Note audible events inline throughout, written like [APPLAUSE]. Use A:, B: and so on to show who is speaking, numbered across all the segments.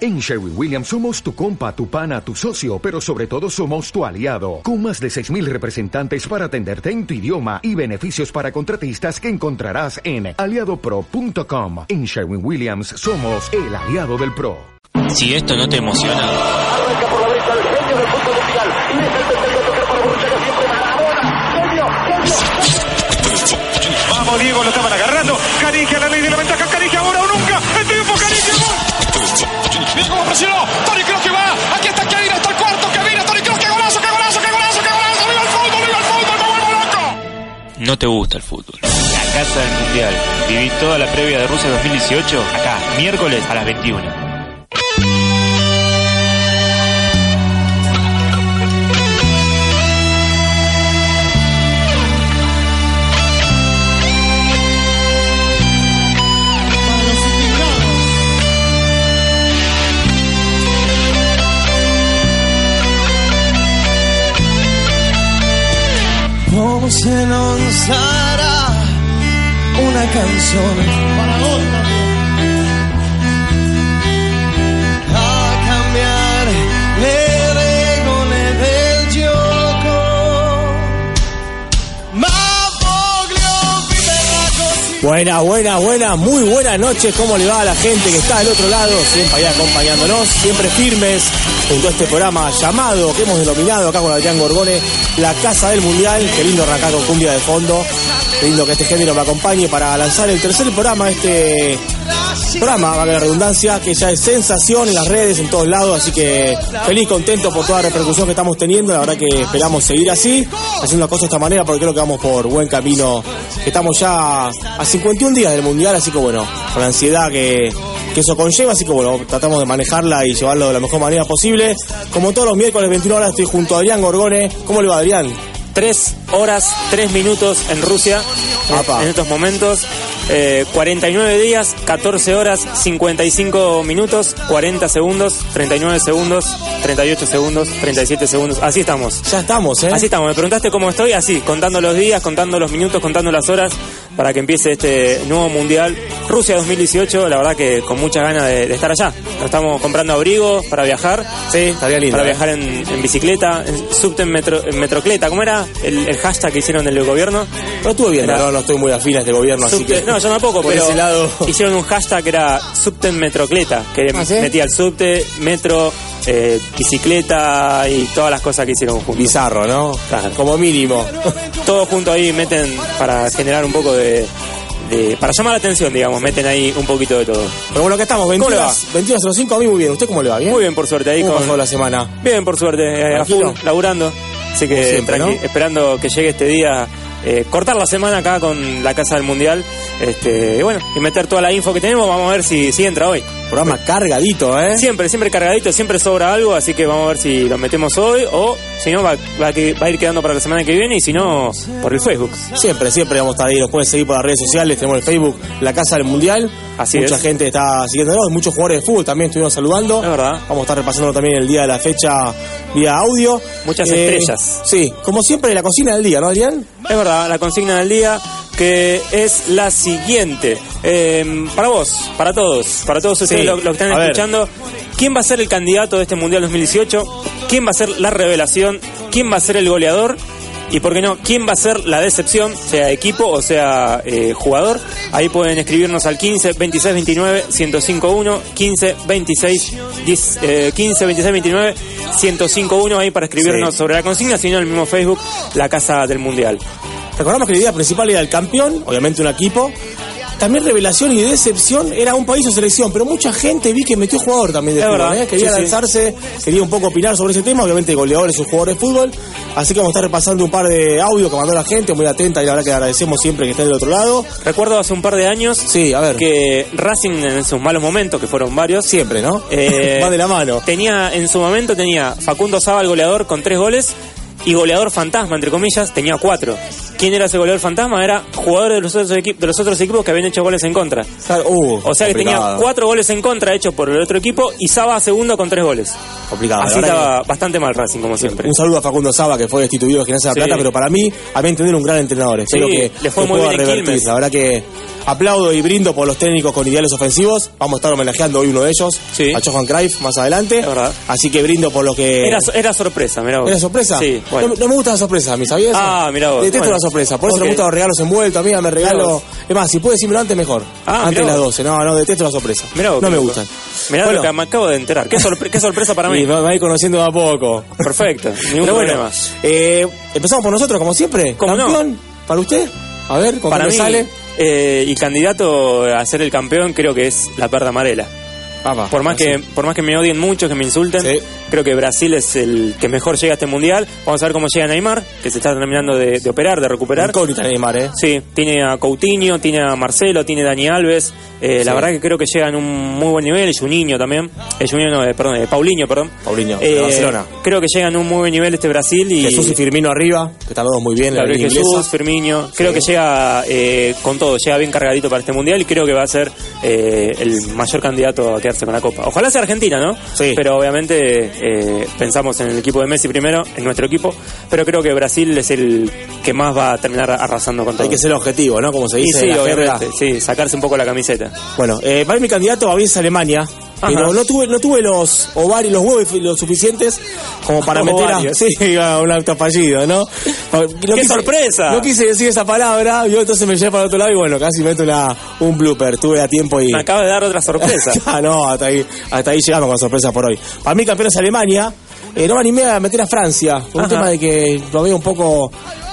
A: En Sherwin Williams somos tu compa, tu pana, tu socio, pero sobre todo somos tu aliado, con más de 6.000 representantes para atenderte en tu idioma y beneficios para contratistas que encontrarás en aliadopro.com. En Sherwin Williams somos el aliado del PRO.
B: Si esto no te emociona,
C: Arranca por la derecha el genio del fútbol mundial. Y deja el tercer tocar para Borruchaga siempre va a la bola. Genio, genio.
D: Vamos, Diego, lo estaban agarrando. Canigia, la ley de la ventaja. Canigia, ahora o nunca. El tiempo, Canigia, gol. Mira cómo presionó. Tony Kroos que va. Aquí está Kedira, está el cuarto. Que viene Tony Kroos. ¡Qué golazo, qué golazo, qué golazo, qué golazo! ¡Viva el fútbol, viva el fútbol! ¡Me vuelvo loco!
B: no te gusta el fútbol. La Casa del Mundial. Viví toda la previa de Rusia 2018 acá, miércoles a las 21.
E: ¿Cómo se lanzará una canción a cambiar le regole del gioco? Ma voglio vivere così.
F: Buena, buena, buena, muy buenas noches. ¿Cómo le va a la gente que está del otro lado? Siempre ahí acompañándonos, siempre firmes, junto a este programa llamado que hemos denominado acá con Adrián Gorgone, la Casa del Mundial. Qué lindo arrancar con cumbia de fondo. Qué lindo que este género me acompañe para lanzar el tercer programa, este programa, valga la redundancia, que ya es sensación en las redes, en todos lados, así que feliz, contento por toda la repercusión que estamos teniendo, la verdad que esperamos seguir así, haciendo las cosas de esta manera, porque creo que vamos por buen camino, estamos ya a 51 días del Mundial, así que bueno, con la ansiedad que, que eso conlleva, así que bueno, tratamos de manejarla y llevarlo de la mejor manera posible. Como todos los miércoles 21 horas estoy junto a Adrián Gorgone, ¿cómo le va Adrián?
G: Tres horas, tres minutos en Rusia.
F: Apa.
G: eh, En estos momentos. Eh, 49 días, 14 horas, 55 minutos, 40 segundos, 39 segundos, 38 segundos, 37 segundos. Así estamos.
F: Ya estamos, ¿eh?
G: Así estamos. Me preguntaste cómo estoy, así, contando los días, contando los minutos, contando las horas para que empiece este nuevo mundial. Rusia 2018, la verdad que con muchas ganas de, de estar allá. Nos estamos comprando abrigos para viajar. Sí,
F: estaría lindo,
G: Para
F: eh.
G: viajar en, en bicicleta, en subte, en, metro- en metrocleta. ¿Cómo era el, el hashtag que hicieron del gobierno?
F: No estuvo bien,
G: Era-
F: no, no estoy muy afín a este gobierno, así que...
G: Subte- no, yo tampoco,
F: por
G: pero
F: ese lado...
G: hicieron un hashtag que era subte en metrocleta, que
H: ¿Ah, sí?
G: metía el subte, metro, eh, bicicleta y todas las cosas que hicieron juntos.
F: Bizarro, ¿no?
G: Claro.
F: Como mínimo.
G: Todos juntos ahí meten para generar un poco de, de- para llamar la atención, digamos, meten ahí un poquito de todo.
F: Pero bueno, acá estamos, 22,
G: ¿Cómo le va?
F: 22 a 05, a mí muy bien. ¿Usted cómo le va? ¿Bien?
G: Muy bien, por suerte, ahí
F: ¿Cómo
G: con-
F: pasó la semana?
G: Bien, por suerte, eh, a
F: Tranquilo.
G: full, laburando. Así que
F: Como siempre,
G: tranqui,
F: ¿no?
G: esperando que llegue este día, eh, cortar la semana acá con la Casa del Mundial. Este, y bueno, y meter toda la info que tenemos, vamos a ver si, si entra hoy.
F: Programa cargadito, ¿eh?
G: Siempre, siempre cargadito, siempre sobra algo, así que vamos a ver si lo metemos hoy o si no va, va a que- va a ir quedando para la semana que viene y si no, por el Facebook.
F: Siempre, siempre vamos a estar ahí. Nos pueden seguir por las redes sociales. Tenemos el Facebook, la Casa del Mundial.
G: Así
F: Mucha
G: es.
F: gente está siguiéndonos. Muchos jugadores de fútbol también estuvieron saludando.
G: Es verdad.
F: Vamos a estar repasándolo también el día de la fecha vía audio. Eh,
G: Muchas estrellas.
F: Sí, como siempre, la cocina del día, ¿no, Adrián?
G: Es verdad, la consigna del día que es la siguiente. Eh, para vos, para todos, para todos ustedes
F: Sí.
G: lo, lo que están
F: A ver.
G: escuchando, ¿quién va a ser el candidato de este Mundial 2018? ¿Quién va a ser la revelación? ¿Quién va a ser el goleador? Y por qué no, ¿quién va a ser la decepción? Sea equipo o sea eh, jugador. Ahí pueden escribirnos al 15 26 29 1051 15 26 10, eh, 15 26 29 1051 ahí para escribirnos
F: Sí.
G: sobre la consigna, sino en el mismo Facebook, la Casa del Mundial.
F: Recordamos que la idea principal era el campeón, obviamente un equipo. También revelación y decepción era un país o selección, pero mucha gente vi que metió jugador también de
G: Es
F: fútbol,
G: verdad,
F: ¿eh? quería
G: sí, sí.
F: lanzarse, quería un poco opinar sobre ese tema, obviamente goleadores y jugadores de fútbol, así que vamos a estar repasando un par de audios que mandó la gente, muy atenta y la verdad que agradecemos siempre que estén del otro lado.
G: Recuerdo hace un par de años
F: Sí, a ver,
G: que Racing en sus malos momentos, que fueron varios,
F: siempre, ¿no?
G: eh,
F: [LAUGHS] Va de la mano.
G: tenía en su momento tenía Facundo Saba el goleador con tres goles y goleador fantasma entre comillas tenía cuatro. ¿Quién era ese goleador fantasma? Era jugador de los otros, equi- de los otros equipos que habían hecho goles en contra.
F: Claro, uh,
G: O sea que tenía
F: complicado.
G: cuatro goles en contra hechos por el otro equipo y Saba segundo con tres goles.
F: Complicado, la
G: Así
F: verdad Eh,
G: estaba bastante mal Racing, como siempre.
F: Un saludo a Facundo Saba, que fue destituido de Gimnasia de
G: Sí.
F: la Plata, pero para mí, a mi entender, un gran entrenador. Espero
G: Sí,
F: que
G: le fue
F: que
G: muy
F: pueda
G: bien en
F: revertir.
G: Quilmes.
F: La verdad que aplaudo y brindo por los técnicos con ideales ofensivos. Vamos a estar homenajeando hoy uno de ellos,
G: Sí.
F: a Johan Cruyff, más adelante.
G: Es verdad.
F: Así que brindo por lo que...
G: Era, era sorpresa, mirá vos.
F: ¿Era sorpresa?
G: Sí, bueno.
F: no, no me gustan las sorpresas, ¿me sabías? eso?
G: Ah, mirá vos.
F: Detesto
G: Bueno.
F: las sorpresas. Por eso
G: Ok.
F: me gustan los regalos envueltos. Amiga, me
G: Mirá
F: regalo.
G: vos.
F: Es más, si puedes decírmelo antes, mejor.
G: Ah, mirá
F: antes de las
G: vos.
F: 12. No, no, detesto las sorpresas.
G: Mirá vos,
F: no
G: qué
F: me
G: loco.
F: gustan.
G: Mirá
F: Bueno.
G: lo que me acabo de enterar. Qué, sorpre- qué
F: [LAUGHS]
G: sorpresa para
F: Y
G: mí.
F: me, me voy conociendo de a poco.
G: Perfecto, ningún
F: Pero bueno,
G: problema.
F: eh, empezamos por nosotros, como siempre.
G: ¿Cómo no?
F: ¿Campeón? ¿Para usted? A ver, ¿con
G: Para
F: quién
G: mí,
F: le sale?
G: eh, y candidato a ser el campeón creo que es la perda amarela.
F: Papá,
G: Por más,
F: así.
G: que, por más que me odien mucho, que me insulten,
F: Sí.
G: creo que Brasil es el que mejor llega a este mundial. Vamos a ver cómo llega Neymar, que se está terminando de, de operar, de recuperar.
F: Incógnita Neymar, ¿eh?
G: Sí, tiene a Coutinho, tiene a Marcelo, tiene a Dani Alves. Eh, La
F: Sí.
G: verdad que creo que llega en un muy buen nivel. Juninho también. Eh, Juninho, no, eh, perdón, eh, Paulinho, perdón. Eh,
F: Paulinho, de Barcelona.
G: Creo que llega en un muy buen nivel este Brasil y.
F: Jesús y Firmino arriba, que están los dos muy bien. La
G: Gabriel
F: liga inglesa.
G: Jesús, Firmino. Creo que llega eh, con todo, llega bien cargadito para este mundial y creo que va a ser eh, el mayor candidato a quedarse con la copa. Ojalá sea Argentina, ¿no?
F: Sí.
G: Pero obviamente eh, pensamos en el equipo de Messi primero, en nuestro equipo, pero creo que Brasil es el que más va a terminar arrasando con todo.
F: Hay que ser objetivo, ¿no? Como se
G: Y
F: dice.
G: sí,
F: en la jerga.
G: obviamente, sí, sacarse un poco la camiseta.
F: Bueno, eh, para mí mi candidato a mí es Alemania.
G: Ajá.
F: Pero no tuve, no tuve los ovarios, los huevos los suficientes como para meter a,
G: Ovarios.
F: [LAUGHS] sí, a un acto fallido,
G: [LAUGHS]
F: ¿no? No quise-
G: sorpresa!
F: No quise decir esa palabra, yo entonces me llevé para el otro lado y bueno, casi meto una, un blooper, tuve a tiempo y...
G: Me acaba de dar
F: [LAUGHS]
G: otra sorpresa.
F: ah, no, hasta ahí, hasta ahí llegamos con sorpresa por hoy. Para mí campeón es Alemania, Eh, no me animé a meter a Francia, por un
G: Ajá.
F: tema de que lo veo un poco...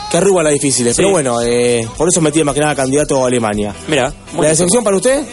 F: Que arruga las difíciles,
G: Sí.
F: pero bueno, eh, por eso metí más que nada candidato a Alemania.
G: Mira,
F: ¿La decepción para usted?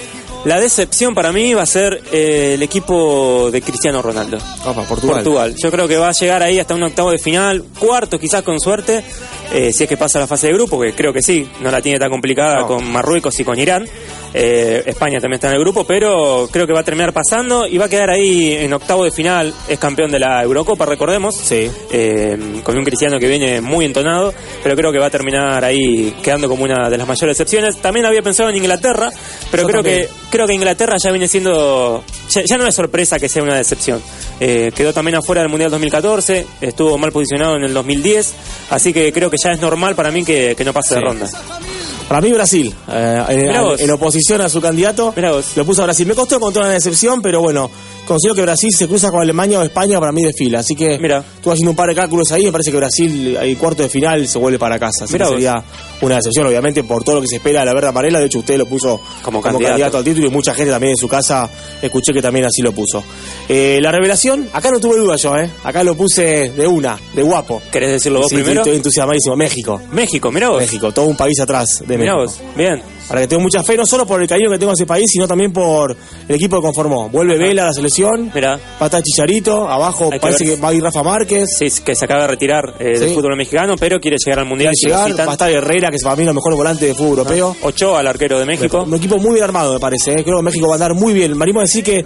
G: La decepción para mí va a ser eh, el equipo de Cristiano Ronaldo.
F: Opa, Portugal.
G: Portugal. Yo creo que va a llegar ahí hasta un octavo de final, cuarto quizás con suerte, eh, si es que pasa la fase de grupo, que creo que sí, no la tiene tan complicada
F: No.
G: con Marruecos y con Irán. Eh, España también está en el grupo, pero creo que va a terminar pasando y va a quedar ahí en octavo de final, es campeón de la Eurocopa, recordemos,
F: Sí.
G: Eh, con un cristiano que viene muy entonado, pero creo que va a terminar ahí quedando como una de las mayores excepciones. También había pensado en Inglaterra, pero
F: Yo
G: creo
F: también.
G: que creo que Inglaterra ya viene siendo. Ya, ya no es sorpresa que sea una decepción. Eh, quedó también afuera del Mundial 2014, estuvo mal posicionado en el 2010, así que creo que ya es normal para mí que, que no pase de
F: Sí.
G: ronda.
F: Para mí Brasil, eh, en,
G: Mirá vos.
F: en oposición a su candidato,
G: Mirá vos.
F: lo puso a Brasil. Me costó encontrar una decepción, pero bueno, considero que Brasil se cruza con Alemania o España para mí de fila. Así que
G: Mirá.
F: estuve haciendo un par de cálculos ahí, me parece que Brasil el cuarto de final se vuelve para casa. Así
G: Mirá
F: que
G: vos.
F: sería una decepción, obviamente, por todo lo que se espera de la verdad amarela. De hecho, usted lo puso
G: Como candidato.
F: al título y mucha gente también en su casa escuché que también así lo puso. Eh, la revelación, acá no tuve duda yo, ¿eh? Acá lo puse de una, de guapo.
G: ¿Querés decirlo vos
F: Sí,
G: primero?
F: Estoy entusiasmadísimo. México.
G: México, mirá vos.
F: México, todo un país atrás de México.
G: Mirá vos, bien.
F: Ahora que tengo mucha fe, no solo por el cariño que tengo a ese país, sino también por el equipo que conformó. Vuelve Vela a la selección,
G: Mirá.
F: va a estar Chicharito, abajo
G: Hay que
F: parece
G: ver.
F: que va a ir Rafa Márquez,
G: Sí, es que se acaba de retirar eh, del
F: Sí.
G: fútbol mexicano, pero quiere llegar al Mundial.
F: va a
G: si lo
F: llegar,
G: citan.
F: va a estar Herrera, que es para mí el mejor volante de fútbol europeo.
G: Ochoa, el arquero de México.
F: Un equipo muy bien armado, me parece. ¿eh? Creo que México va a andar muy bien. Me animo a decir que,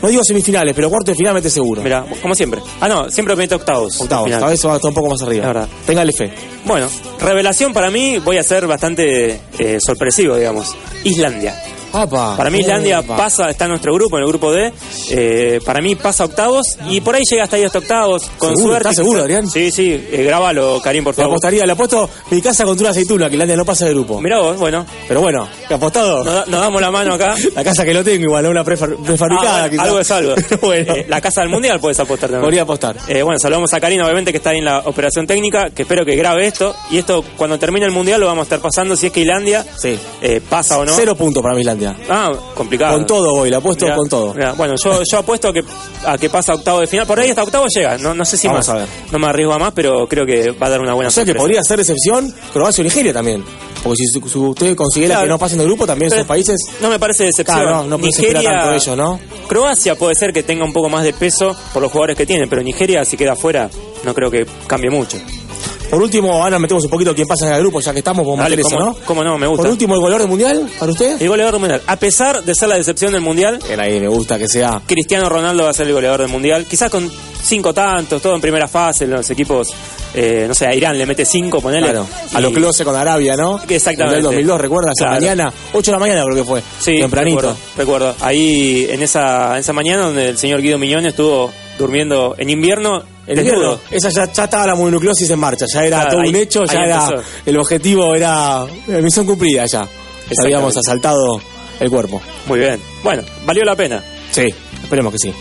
F: no digo semifinales, pero cuarto de final mete seguro.
G: Mirá, como siempre. Ah, no, siempre mete octavos.
F: Octavos,
G: Final.
F: a veces va a estar un poco más arriba.
G: La verdad.
F: Téngale fe.
G: Bueno, revelación para mí, voy a ser bastante eh, sorpresivo, digamos. Islandia.
F: Apa,
G: Para mí Islandia
F: epa.
G: pasa, está en nuestro grupo, en el grupo D. Eh, para mí pasa a octavos y por ahí llega hasta ahí hasta octavos. Con
F: ¿Seguro?
G: suerte.
F: ¿Estás seguro, Adrián?
G: Sí, sí. Eh, grábalo, Karim, por
F: Le
G: favor.
F: apostaría, le apuesto mi casa contra una aceituna, que Islandia no pasa de grupo.
G: Mirá vos, bueno.
F: Pero bueno, ¿le apostado?
G: Nos, da- nos damos la
F: [LAUGHS]
G: mano acá.
F: La casa que lo tengo, igual, no una prefar- prefabricada.
G: Ah, bueno,
F: quizá.
G: algo es algo.
F: Pero [LAUGHS] bueno,
G: Eh, la casa del mundial puedes apostar también.
F: podría apostar.
G: Eh, bueno, saludamos a Karina, obviamente, que está ahí en la operación técnica, que espero que grabe esto. Y esto, cuando termine el mundial, lo vamos a estar pasando, si es que Islandia
F: Sí.
G: eh, pasa o no.
F: Cero puntos para mí, Islandia.
G: Ah, complicado.
F: Con todo voy, la apuesto
G: Mirá,
F: con todo.
G: mirá, Bueno, yo, yo apuesto a que, a que pasa octavo de final. Por ahí hasta octavo llega. No, no sé si
F: Vamos
G: más.
F: a ver.
G: No me arriesgo a más, pero creo que va a dar una buena
F: O sea que
G: sorpresa.
F: podría ser excepción Croacia o Nigeria también. Porque si su- su- usted considera
G: Claro.
F: que no pasen de grupo, también
G: Pero
F: esos países.
G: No me parece decepción.
F: Claro, no, no puede esperar tanto de ellos, ¿no?
G: Croacia puede ser que tenga un poco más de peso por los jugadores que tiene, pero Nigeria, si queda fuera, no creo que cambie mucho.
F: Por último, ahora metemos un poquito quién pasa en el grupo, ya que estamos, vamos a
G: Dale,
F: meter eso,
G: cómo-
F: ¿no?
G: cómo no, me gusta.
F: Por último, el goleador del mundial, para usted.
G: El goleador del mundial. A pesar de ser la decepción del mundial,
F: Bien ahí, me gusta que sea.
G: Cristiano Ronaldo va a ser el goleador del mundial. Quizás con cinco tantos, todo en primera fase, los equipos eh, no sé, a Irán le mete 5, ponele.
F: Claro, a
G: y-
F: los close con Arabia, ¿no?
G: Exactamente.
F: Del 2002, ¿recuerdas? Esa
G: Claro.
F: mañana, 8 de la mañana creo que fue.
G: Sí,
F: tempranito.
G: Recuerdo, recuerdo. Ahí en esa, en esa mañana donde el señor Guido Miñón estuvo durmiendo en invierno, el desnudo.
F: Esa ya, ya estaba la mononucleosis en marcha, ya era
G: Claro,
F: todo
G: ahí-
F: un hecho,
G: ahí
F: ya era
G: empezó.
F: el objetivo era eh, misión cumplida ya. Habíamos asaltado el cuerpo.
G: Muy bien. Bueno, valió la pena.
F: Sí, esperemos que sí.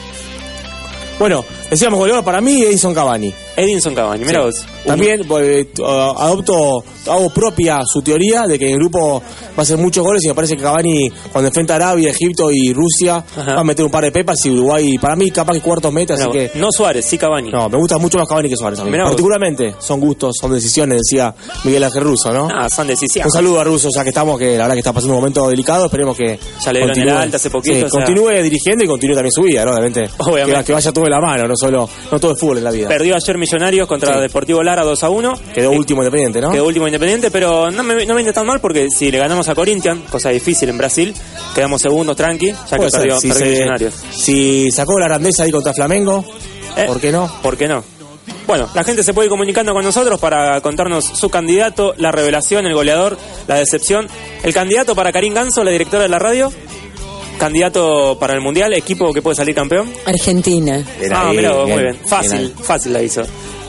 F: Bueno, decíamos goleador para mí Edison Cavani.
G: Edinson Cavani, mira vos.
F: También pues, eh, adopto, hago propia su teoría de que el grupo va a hacer muchos goles y me parece que Cavani cuando enfrenta a Arabia, Egipto y Rusia
G: Ajá.
F: va a meter un par de pepas y Uruguay para mí capaz que cuartos meta, así
G: Mirá
F: que
G: vos. No Suárez, sí Cavani.
F: No, me gustan mucho más Cavani que Suárez. a mí.
G: Mirá vos.
F: Particularmente, son gustos, son decisiones, decía Miguel Ángel Russo, ¿no?
G: Ah, son
F: Un
G: decisiones.
F: saludo a Russo, ya que estamos, que la verdad que está pasando un momento delicado, esperemos que...
G: Ya le dieron el alta hace poquito,
F: sí,
G: o sea-
F: continúe dirigiendo y continúe también su vida, ¿no? Obviamente.
G: Obviamente.
F: Que, que vaya todo de la mano, no solo... No todo es fútbol en la vida.
G: Perdió ayer Millonarios contra
F: Sí.
G: Deportivo Lara 2 a 1.
F: Quedó
G: Eh,
F: último independiente, ¿no?
G: Quedó último Independiente, pero no me, no me viene tan mal porque si le ganamos a Corinthians, cosa difícil en Brasil, quedamos segundos tranqui, ya que
F: Puede ser,
G: perdió,
F: si,
G: perdió
F: se-
G: Millonarios.
F: si sacó la grandeza ahí contra Flamengo,
G: Eh,
F: ¿por qué no?
G: ¿Por qué no? Bueno, la gente se puede ir comunicando con nosotros para contarnos su candidato, la revelación, el goleador, la decepción. El candidato para Karim Ganso, la directora de la radio. Candidato para el Mundial, equipo que puede salir campeón.
H: Argentina.
F: Era
G: ah,
F: ahí,
G: mirá vos,
F: bien,
G: muy bien. Fácil,
F: bien
G: fácil la hizo.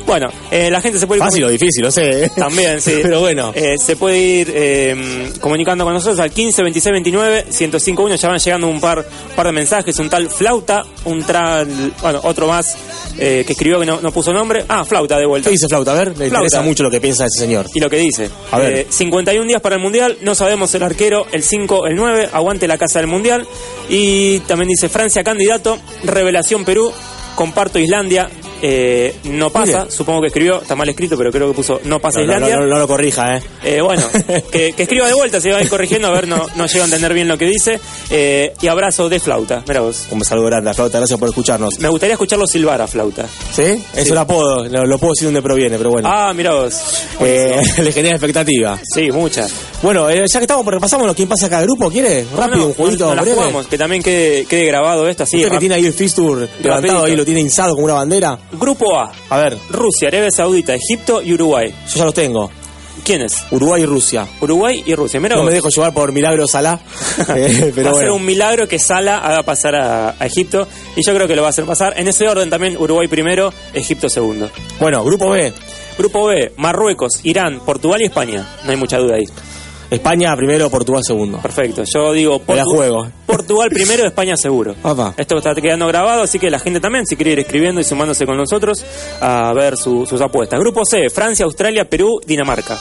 G: Bueno, eh, la gente se puede ir
F: Fácil o
G: comuni-
F: difícil, lo sé. ¿eh?
G: [LAUGHS] También, sí.
F: Pero bueno.
G: Eh, se puede ir eh, comunicando con nosotros al 15 26 29 1051. Ya van llegando un par, par de mensajes. Un tal Flauta, un tal. Bueno, otro más eh, que escribió que no, no puso nombre. Ah, Flauta de vuelta.
F: ¿Qué dice Flauta? A ver, me
G: Flauta.
F: interesa mucho lo que piensa ese señor.
G: Y lo que dice. eh,
F: A ver.
G: 51 días para el Mundial, no sabemos el arquero, el 5, el 9, aguante la casa del Mundial. Y también dice Francia candidato, revelación Perú, comparto Islandia, eh, no pasa,
F: Mire.
G: supongo que escribió, está mal escrito, pero creo que puso no pasa
F: No, no,
G: Islandia.
F: no, no, no lo corrija, ¿eh?
G: Eh, bueno, que, que escriba de vuelta, se va a ir corrigiendo, a ver, no, no llego a entender bien lo que dice. Eh, y abrazo de flauta, mira vos.
F: Un saludo grande, a Flauta, gracias por escucharnos.
G: Me gustaría escucharlo silbar a flauta.
F: ¿Sí? Es
G: Sí.
F: un apodo, lo, lo puedo decir dónde proviene, pero bueno.
G: Ah, mira vos.
F: Eh, [LAUGHS] le genera expectativa.
G: Sí, muchas.
F: Bueno, eh, ya que estamos, repasamos los quién pasa cada grupo, ¿quiere? Rápido, un jueguito
G: no, no la
F: breve.
G: jugamos, que también quede, quede grabado esto así.
F: Usted Este que
G: rap-
F: tiene ahí el fixture levantado, ahí lo tiene hinzado como una bandera.
G: Grupo A,
F: A ver,
G: Rusia, Arabia Saudita, Egipto y Uruguay.
F: yo ya los tengo.
G: ¿Quiénes?
F: Uruguay y Rusia.
G: Uruguay y Rusia. Mira
F: No
G: vos.
F: me dejo [LAUGHS] llevar por milagros
G: [LAUGHS]
F: Alá. eh,
G: va
F: pero
G: a ser
F: bueno.
G: un milagro que Sala haga pasar a, a Egipto y yo creo que lo va a hacer pasar. En ese orden también Uruguay primero, Egipto segundo.
F: Bueno, grupo B.
G: Grupo B, Marruecos, Irán, Portugal y España. No hay mucha duda ahí.
F: España primero, Portugal segundo.
G: Perfecto. Yo digo
F: Me la juego.
G: Portugal primero, España seguro.
F: Apa.
G: Esto está quedando grabado, así que la gente también, si quiere ir escribiendo y sumándose con nosotros a ver su- sus apuestas. Grupo C, Francia, Australia, Perú, Dinamarca.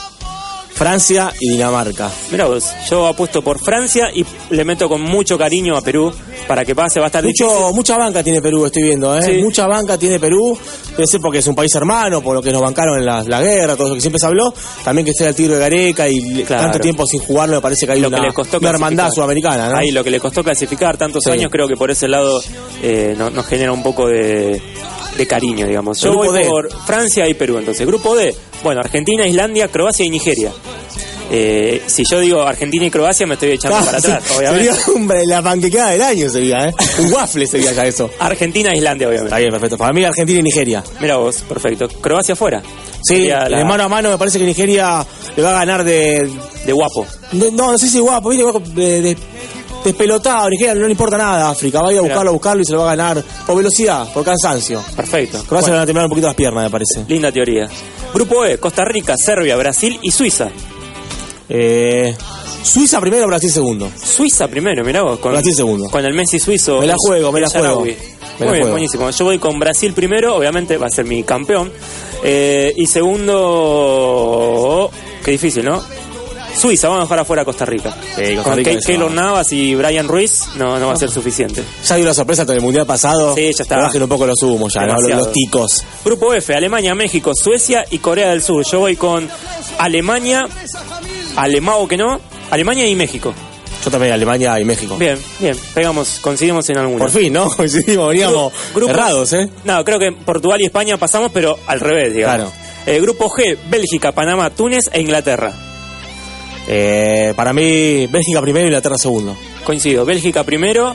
F: Francia y Dinamarca.
G: Mirá vos, yo apuesto por Francia y le meto con mucho cariño a Perú para que pase, va a estar difícil.
F: Mucho, mucha banca tiene Perú, estoy viendo, ¿eh?
G: Sí.
F: Mucha banca tiene Perú. Debe ser porque es un país hermano, por lo que nos bancaron en la, la guerra, todo eso que siempre se habló. También que esté el Tigre de Gareca y
G: Claro.
F: tanto tiempo sin jugarlo, me parece que hay
G: Lo
F: una,
G: que le costó
F: una hermandad
G: clasificar.
F: sudamericana, ¿no?
G: Ahí
F: [LAUGHS]
G: lo que le costó clasificar tantos
F: Sí.
G: años, creo que por ese lado eh, no- nos genera un poco de, de cariño, digamos. Yo
F: Grupo
G: voy
F: D.
G: por Francia y Perú, entonces. Grupo D, bueno, Argentina, Islandia, Croacia y Nigeria. Eh, si yo digo Argentina y Croacia, me estoy echando
F: Ah,
G: para
F: sí.
G: atrás, obviamente.
F: Sería hombre, la panquequeada del
G: [LAUGHS]
F: año sería, ¿eh? Un waffle sería ya eso.
G: Argentina, Islandia,
F: Está
G: obviamente.
F: bien, perfecto. Para mí Argentina y Nigeria.
G: Mira vos, perfecto. Croacia fuera.
F: Sí,
G: Sería la-
F: de mano a mano me parece que Nigeria le va a ganar de...
G: de guapo.
F: de- no, no sé si guapo, viste, guapo, de, de- despelotado. Nigeria no le importa nada a África. Va a ir a
G: Mirá.
F: buscarlo, a buscarlo y se lo va a ganar por velocidad, por cansancio.
G: Perfecto.
F: Croacia le
G: Bueno,
F: van a terminar un poquito las piernas, me parece.
G: linda teoría. Grupo E, Costa Rica, Serbia, Brasil y Suiza.
F: Eh, Suiza primero, Brasil segundo.
G: Suiza primero, mirá vos. Con,
F: Brasil segundo.
G: Con el Messi suizo.
F: Me la juego, me la
G: y Sarraoui.
F: juego. Me la
G: Muy bien,
F: juego.
G: buenísimo. Yo voy con Brasil primero, obviamente va a ser mi campeón. Eh, y segundo. Qué difícil, ¿no? Suiza, vamos a dejar afuera a Costa Rica.
F: Sí, Costa
G: con
F: Rica
G: Ke-
F: es- Ah.
G: Keylor Navas y Brian Ruiz no, no va a ser suficiente.
F: Ya dio la sorpresa hasta el mundial pasado.
G: Sí, ya está.
F: Bajen un poco los humos ya, ¿no? Los-
G: Demasiado.
F: los ticos.
G: Grupo F, Alemania, México, Suecia y Corea del Sur. Yo voy con Alemania, Alemao que no, Alemania y México.
F: Yo también, Eh, Alemania y México.
G: Bien, bien, pegamos, coincidimos en alguno.
F: Por fin, ¿no? [LAUGHS] Coincidimos, veníamos
G: Grupo-
F: errados, ¿eh?
G: No, creo que Portugal y España pasamos, pero al revés, digamos.
F: Claro.
G: Eh, grupo G, Bélgica, Panamá, Túnez e Inglaterra.
F: Eh, para mí, Bélgica primero y Inglaterra segundo.
G: Coincido, Bélgica primero,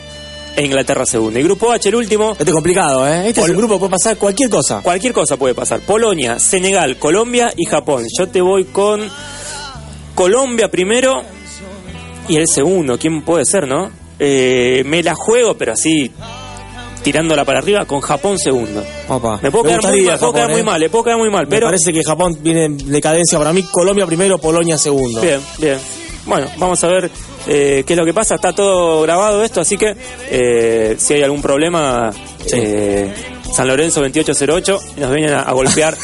G: e Inglaterra segunda. Y grupo H, el último,
F: Este es complicado, ¿eh? Este es
G: Pol-
F: un grupo que puede pasar cualquier cosa.
G: cualquier cosa puede pasar. Polonia, Senegal, Colombia y Japón. Yo te voy con Colombia primero y el segundo. ¿Quién puede ser, no? Eh, me la juego, pero así tirándola para arriba con Japón segundo.
F: Opa.
G: Me puedo
F: gustaría
G: quedar, muy, mal, puedo
F: Japón,
G: quedar muy
F: ¿eh?
G: mal, eh, puedo quedar muy mal,
F: Me
G: pero
F: parece que Japón viene en decadencia. Para mí, Colombia primero, Polonia segundo.
G: bien, bien. Bueno, vamos a ver eh, qué es lo que pasa. Está todo grabado esto, así que eh, si hay algún problema, eh, San Lorenzo 2808 nos vienen a,
F: [LAUGHS]
G: a golpear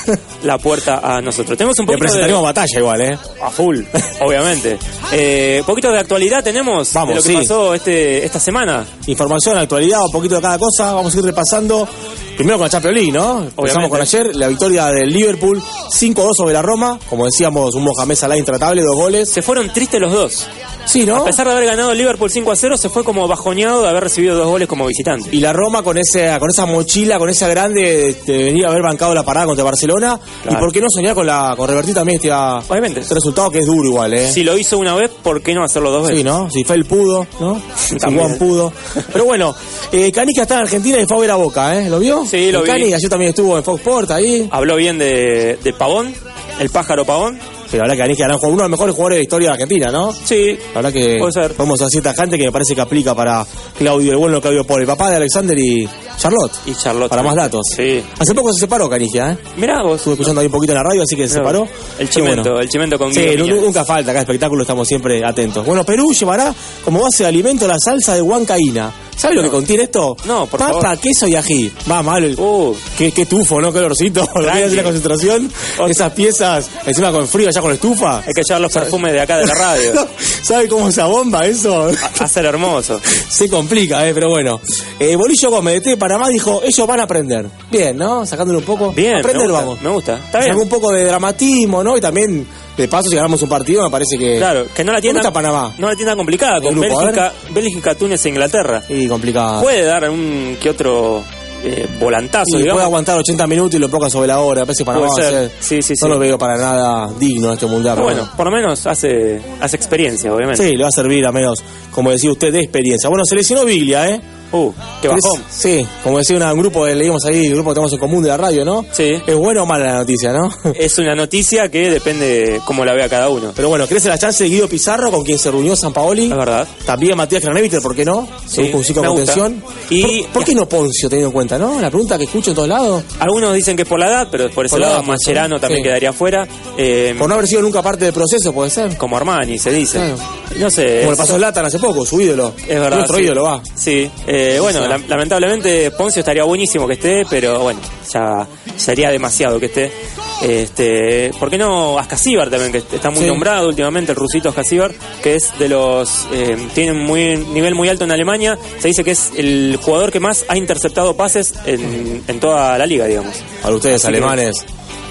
G: la puerta a nosotros. Tenemos un
F: Le
G: poquito
F: presentaremos
G: de,
F: batalla igual, ¿eh?
G: a full, obviamente. Eh, poquito de actualidad tenemos
F: Vamos,
G: de lo que
F: sí.
G: pasó este esta semana.
F: eh, Información, actualidad, un poquito de cada cosa. Vamos a ir repasando. Primero con la Champions League, ¿no? Empezamos
G: Obviamente.
F: con ayer, la victoria del Liverpool 5-2 sobre la Roma. Como decíamos, un Mohamed Salah intratable, dos goles.
G: Se fueron tristes los dos.
F: Sí, ¿no?
G: A pesar de haber ganado el Liverpool 5 a 0, se fue como bajoneado de haber recibido dos goles como visitante.
F: Y la Roma con esa, con esa mochila, con esa grande, este, venía a haber bancado la parada contra Barcelona.
G: Claro.
F: Y por qué no soñar con la con revertir también este, ah,
G: Obviamente.
F: este resultado que es duro igual, ¿eh?
G: Si lo hizo una vez, ¿por qué no hacerlo dos veces?
F: Sí, ¿no? Si Fel pudo,
G: [LAUGHS]
F: ¿no? Si
G: También.
F: Juan
G: [LAUGHS]
F: pudo. Pero bueno, eh, Canica está en Argentina y fue a ver a Boca, ¿eh? ¿Lo vio?
G: Sí, lo
F: El
G: vi.
F: Canica, yo también estuvo en Fox Sport ahí.
G: Habló bien de, de Pavón, el pájaro Pavón.
F: Pero ahora Canica era uno de los mejores jugadores de la historia de Argentina, ¿no?
G: Sí, Pues-
F: La verdad que
G: Puede ser.
F: vamos a cierta gente que me parece que aplica para Claudio el bueno Claudio por el papá de Alexander y Charlotte.
G: y Charlotte.
F: Para más datos.
G: Sí.
F: Hace poco se separó Canigia, ¿eh?
G: Mirá vos.
F: Estuve escuchando ahí un poquito en la radio, así que se
G: Mirá
F: separó.
G: vos. El
F: Pero
G: chimento,
F: bueno.
G: el chimento con
F: Sí,
G: Guido
F: nu-
G: Piña.
F: nunca falta, acá espectáculo estamos siempre atentos. Bueno, Perú llevará como base de alimento la salsa de huancaína. ¿Sabes lo que contiene esto?
G: No, por
F: Papa,
G: favor.
F: queso y ají. Va mal el...
G: Uh,
F: Qué, qué tufo, ¿no? Qué olorcito. [LAUGHS] Lo que hace la concentración. Esas piezas, encima con frío, ya con estufa.
G: hay que llevar los perfumes de acá de la
F: [LAUGHS]
G: radio.
F: ¿Sabe cómo esa bomba eso?
G: Hacer hermoso.
F: Se complica, eh, pero bueno. Eh, Bolillo Gómez de T de Panamá dijo, ellos van a aprender. Bien, ¿no? Sacándole un poco.
G: Bien, me
F: aprender
G: gusta,
F: vamos.
G: me gusta. Está
F: Sacó
G: bien.
F: un poco de dramatismo, ¿no? Y también, de paso, si ganamos un partido, me parece que...
G: Claro, que no la
F: ¿Cómo
G: tienda.
F: está Panamá?
G: No la tienda complicada con
F: grupo, a
G: Bélgica, Bélgica, Túnez e Inglaterra.
F: Y complicado.
G: Puede dar un que otro eh, volantazo,
F: Sí, puede
G: digamos.
F: aguantar 80 minutos y lo poca sobre la hora. Me parece eh. que Panamá
G: Puede
F: va a
G: ser.
F: ser-
G: Sí, sí,
F: No
G: sí.
F: lo veo para nada digno este mundial.
G: Pero
F: pero
G: bueno, por lo menos hace, hace experiencia, obviamente.
F: Sí, le va a servir a menos, como decía usted, de experiencia. Bueno, seleccionó Biglia, ¿eh?
G: Uh, qué
F: Tres-
G: bajón.
F: Sí, como decía una- un grupo que leímos ahí, un grupo que tenemos en común de la radio, ¿no?
G: Sí.
F: Es buena o mala la noticia, ¿no?
G: Es una noticia que depende cómo la vea cada uno.
F: Pero bueno, crece la chance de Guido Pizarro, con quien se reunió San Paoli.
G: Es verdad.
F: También Matías Craneviter, ¿por qué no? Se
G: Sí,
F: busca un chico
G: me
F: con
G: gusta.
F: tensión.
G: Y-
F: ¿Por, por qué no Poncio, teniendo en cuenta, no? La pregunta que escucho en todos lados.
G: Algunos dicen que es por la edad, pero por ese
F: Por la
G: lado
F: edad, por
G: Mascherano
F: sí.
G: también
F: Sí.
G: quedaría fuera. Eh,
F: Por no haber sido nunca parte del proceso, puede ser.
G: Como Armani, se dice.
F: Claro.
G: No sé.
F: Como le
G: es-
F: pasó a Latan hace poco, su ídolo.
G: Es verdad.
F: Nuestro
G: sí.
F: ídolo, va.
G: Sí. Eh, bueno,
F: Sí.
G: la- lamentablemente Poncio estaría buenísimo que esté, pero bueno, ya sería demasiado que esté. Este, ¿Por qué no Ascasíbar también, que est- está muy
F: Sí.
G: nombrado últimamente, el rusito Ascasíbar, que es de los. eh, tiene un muy, nivel muy alto en Alemania. Se dice que es el jugador que más ha interceptado pases en, en toda la liga, digamos.
F: Para ustedes,
G: Así que-
F: alemanes,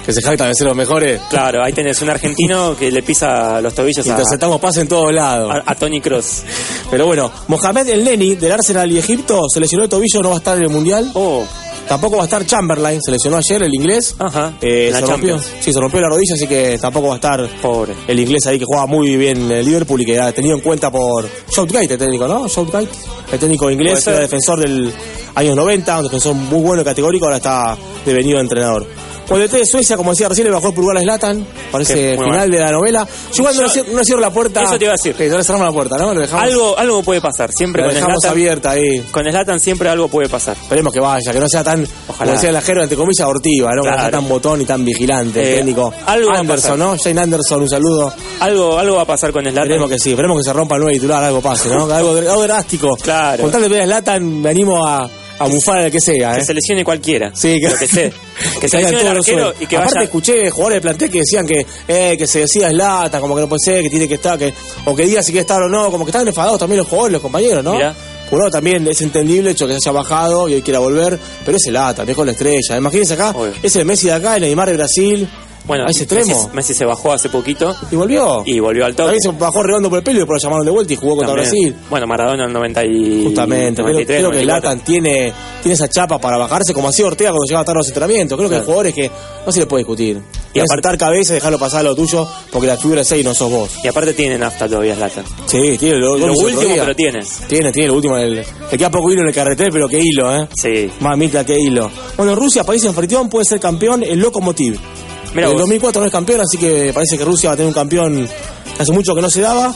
F: que se jactan de ser los mejores.
G: Claro, ahí tenés un argentino que le pisa los tobillos a,
F: Interceptamos pases en todos lados.
G: a- a Tony Cross.
F: Pero bueno, Mohamed El Neni del Arsenal y Egipto se lesionó el tobillo, no va a estar en el Mundial.
G: Oh,
F: Tampoco va a estar Chamberlain, se lesionó ayer el inglés.
G: Ajá,
F: Eh,
G: en la
F: se rompió,
G: Champions.
F: sí, se rompió la rodilla, así que tampoco va a estar
G: Pobre.
F: el inglés ahí que juega muy bien en el Liverpool y que ha tenido en cuenta por Southgate, el técnico, ¿no? Southgate, el técnico
G: Puede
F: inglés,
G: ser.
F: era defensor del años 90, un defensor muy bueno y categórico, ahora está devenido entrenador. Con el T de Suecia, como decía recién, le bajó el Uruguay a Zlatan. Parece
G: Que muy
F: final de la novela. Yo cuando no, cier- no cierro la puerta.
G: Eso te iba a decir.
F: Sí, no le cerramos la puerta, ¿no? Le dejamos-
G: algo, algo puede pasar, siempre
F: la
G: con
F: dejamos
G: Zlatan-
F: abierta ahí.
G: Con Slatan siempre algo puede pasar.
F: Esperemos que vaya, que no sea tan,
G: Ojalá.
F: Ojalá. decía la Jero, entre comillas, hortiva, ¿no?
G: Claro.
F: Que no sea tan botón y tan vigilante, el
G: Eh,
F: técnico.
G: algo va a pasar.
F: Anderson, ¿no? Jane Anderson, un saludo.
G: Algo, algo va a pasar con Slatan.
F: Esperemos que sí, esperemos que se rompa el nuevo titular, algo pase,
G: [LAUGHS]
F: ¿no? algo, algo drástico.
G: Claro.
F: Con tal de ver a Zlatan, me animo a, a bufar al que sea,
G: Que
F: ¿eh?
G: se lesione cualquiera.
F: Sí,
G: Lo
F: [LAUGHS]
G: que sé. Que se
F: hagan
G: lesione el
F: todos los
G: arquero
F: sueños.
G: y que
F: Aparte
G: vaya.
F: escuché jugadores de plantel que decían que, eh, que se decía Slatan, como que no puede ser, que tiene que estar, que, o que diga si quiere estar o no, como que están enfadados también los jugadores, los compañeros, ¿no?
G: Mirá.
F: Bueno, también es entendible el hecho que se haya bajado y hoy quiera volver, pero es el Ata, es con la estrella. Imagínense acá,
G: Obvio.
F: es el Messi de acá, el Neymar de Brasil,
G: Bueno,
F: ¿A ese extremo?
G: Messi, Messi se bajó hace poquito
F: ¿Y volvió?
G: y volvió al toque.
F: También se bajó redondo por el pelo y por lo llamaron de vuelta y jugó contra
G: También.
F: Brasil.
G: Bueno, Maradona en el 90 y...
F: Justamente, pero
G: 93,
F: creo que
G: 94.
F: Latan tiene, tiene esa chapa para bajarse como hacía Ortega cuando llegaba tarde a los entrenamientos. Creo que hay
G: Claro.
F: jugadores que no se le puede discutir.
G: Y
F: Y
G: aparte-
F: apartar cabeza y dejarlo pasar a lo tuyo porque la figura 6 no sos vos.
G: Y aparte tiene nafta todavía Zlatan.
F: Sí, tiene lo,
G: Lo
F: lo hizo el otro
G: último,
F: día.
G: pero tiene.
F: Tiene, tiene lo último. en El, le queda poco hilo en el carretel, pero qué hilo, ¿eh?
G: Sí.
F: Mamita, qué hilo. Bueno, Rusia, país enfrentón, puede ser campeón el Lokomotiv.
G: Mira
F: en el
G: vos.
F: 2004 no es campeón, así que parece que Rusia va a tener un campeón que hace mucho que no se daba.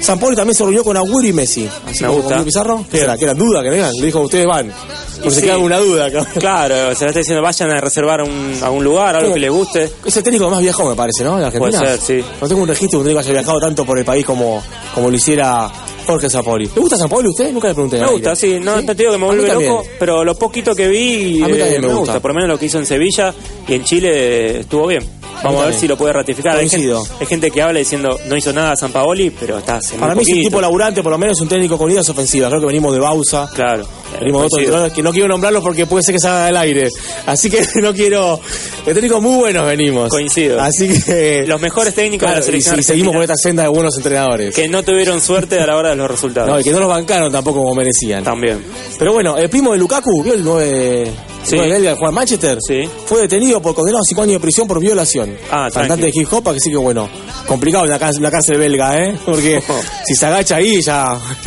F: San Pauli también se reunió con Agüero y Messi. Así
G: Me
F: como
G: gusta.
F: con Luis Pizarro. Que era, que era duda que le digan. Le dijo, ustedes van.
G: Y
F: Por si
G: sí.
F: queda alguna duda. cabrón.
G: Claro, se le está diciendo vayan a reservar un, a un lugar, algo
F: Sí.
G: que les guste.
F: Es el técnico más viajado, me parece, ¿no? En Argentina.
G: Puede ser, sí.
F: No tengo un registro de un técnico que haya viajado tanto por el país como, como lo hiciera Jorge San Pauli. ¿Le gusta San Pauli a usted? Nunca le pregunté.
G: Me
F: al
G: gusta,
F: aire.
G: sí. No, no te digo que me
F: A mí
G: vuelve
F: también.
G: loco, pero lo poquito que vi
F: A mí
G: eh,
F: también me
G: me
F: gusta.
G: gusta. Por lo menos lo que hizo en Sevilla y en Chile eh, estuvo bien. Vamos a ver
F: también.
G: si lo puede ratificar. Hay gente,
F: Coincido.
G: hay gente que habla diciendo no hizo nada San Paoli, pero está hace muy
F: Para mí es un
G: poquito.
F: tipo laburante, por lo menos un técnico con ideas ofensivas. Creo que venimos de Bausa.
G: Claro.
F: Venimos de otros
G: Coincido.
F: entrenadores que no quiero nombrarlos porque puede ser que salga del aire. Así que [LAUGHS] no quiero. De técnicos muy buenos venimos.
G: Coincido.
F: Así que.
G: Los mejores técnicos
F: Claro,
G: de la
F: y,
G: selección
F: y seguimos con
G: argentina
F: esta senda de buenos entrenadores.
G: que no tuvieron suerte a la hora de los resultados.
F: No, y que no los bancaron tampoco como merecían.
G: También.
F: [LAUGHS] Pero bueno, el primo de Lukaku, ¿vio el 9
G: Sí.
F: belga que juega en Manchester?
G: Sí.
F: Fue detenido por condenado a 5 años de prisión por violación.
G: Ah,
F: Cantante de
G: tranqui.
F: hip hop, así que bueno, complicado la cárcel, la cárcel belga, ¿eh?
G: [LAUGHS]
F: Porque
G: Oh.
F: si se agacha ahí ya [LAUGHS]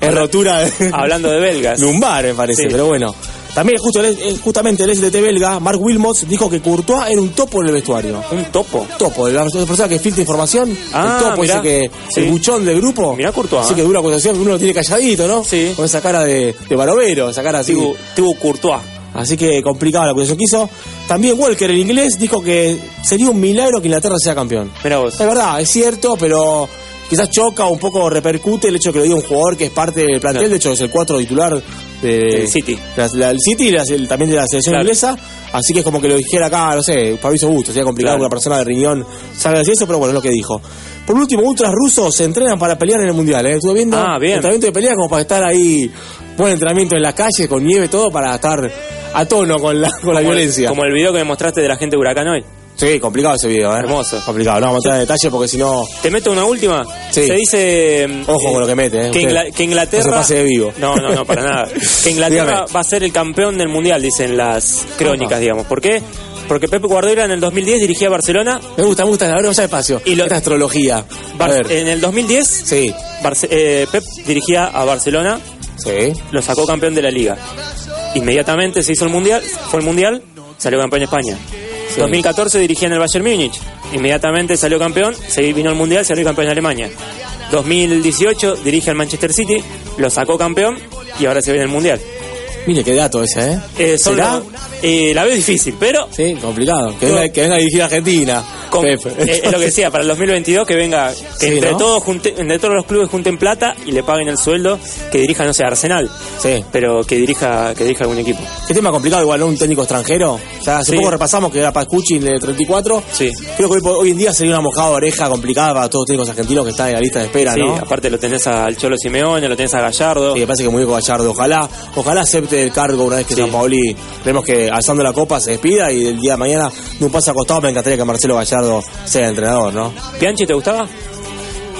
F: es rotura de-
G: Hablando de belgas.
F: lumbar, me parece,
G: Sí.
F: pero bueno. También justo el- eh, justamente el SDT belga, Mark Wilmots, dijo que Courtois era un topo en el vestuario.
G: Un topo.
F: Topo, la persona que filtra información,
G: Ah,
F: el topo
G: mirá.
F: ese que
G: Sí.
F: el buchón del grupo.
G: Mirá Courtois,
F: Así
G: ¿eh?
F: que dura acusación, uno lo tiene calladito, ¿no?
G: Sí.
F: Con esa cara de, de barovero, esa cara así.
G: Tibu, Tibu Courtois.
F: Así que complicada la acusación que hizo. También Walker, el inglés, dijo que sería un milagro que Inglaterra sea campeón.
G: Mira vos.
F: Es verdad, es cierto, pero quizás choca un poco, repercute el hecho de que lo diga un jugador que es parte del plantel,
G: Claro.
F: de hecho es el cuatro titular de-
G: Del City.
F: la- la- del City y la- el- también de la selección
G: Claro.
F: inglesa, así que es como que lo dijera acá, no sé, Fabrizio Augusto, sería complicado
G: Claro.
F: que una persona de riñón salga a decir eso, pero bueno, es lo que dijo. Por último, ultras rusos se entrenan para pelear en el Mundial, ¿eh? Estuve viendo
G: Ah, bien.
F: entrenamiento de pelea como para estar ahí, buen entrenamiento en la calle, con nieve, todo, para estar a tono con la, con la
G: Como el-
F: violencia.
G: Como el video que me mostraste de la gente de Huracán hoy.
F: Sí, complicado ese video, ¿eh?
G: Hermoso.
F: Complicado, no vamos a entrar en detalle porque si no...
G: ¿Te meto una última?
F: Sí.
G: Se dice. mm,
F: Ojo con lo que mete, ¿eh?
G: Que,
F: Usted.
G: Ingla- que Inglaterra.
F: No se pase de vivo.
G: No, no, no, para
F: [LAUGHS]
G: nada. Que Inglaterra
F: Dígame.
G: va a ser el campeón del mundial, dicen las crónicas,
F: Ajá.
G: digamos. ¿Por qué? Porque Pepe Guardiola en el 2010 dirigía Barcelona.
F: Me gusta, me gusta, a ver, vamos a espacio.
G: Y lo-
F: Esta astrología. A
G: Bar-
F: ver.
G: en el 2010,
F: Sí,
G: Barce- eh, Pep dirigía a Barcelona,
F: sí.
G: lo sacó campeón de la liga. Inmediatamente se hizo el mundial, fue el mundial, salió campeón España.
F: Sí.
G: 2014 dirigía en el Bayern Múnich. Inmediatamente salió campeón, se vino al mundial, salió campeón en Alemania. 2018 dirige al Manchester City, lo sacó campeón y ahora se viene el mundial.
F: Mire qué dato ese, ¿eh?
G: Eh, son
F: ¿Será?
G: los- eh, la veo difícil, pero
F: Sí, complicado. Que
G: Yo-
F: venga, que venga a dirigir a Argentina.
G: con-
F: Pepe.
G: eh, es lo que decía, para el 2022 que venga, que
F: Sí,
G: entre,
F: ¿no?
G: todos junte- entre todos los clubes junten plata y le paguen el sueldo, que dirija, no sé, Arsenal,
F: Sí.
G: pero que dirija, que dirija algún equipo.
F: Qué tema complicado igual, ¿no? Un técnico extranjero. O sea, hace
G: Sí.
F: poco repasamos que era Pascucci de 34.
G: Sí.
F: Creo que hoy, por- hoy en día sería una mojada de oreja complicada para todos los técnicos argentinos que están en la lista de espera,
G: Sí,
F: ¿no?
G: aparte lo tenés al Cholo Simeone, lo tenés a Gallardo.
F: Sí, me parece que muy bien con Gallardo. Ojalá, ojalá acepte el cargo una vez que
G: Sí.
F: San Paoli, creemos que alzando la copa se despida y el día de mañana de un paso acostado me encantaría que Marcelo Gallardo sea el entrenador, ¿no?
G: ¿Pianchi te gustaba?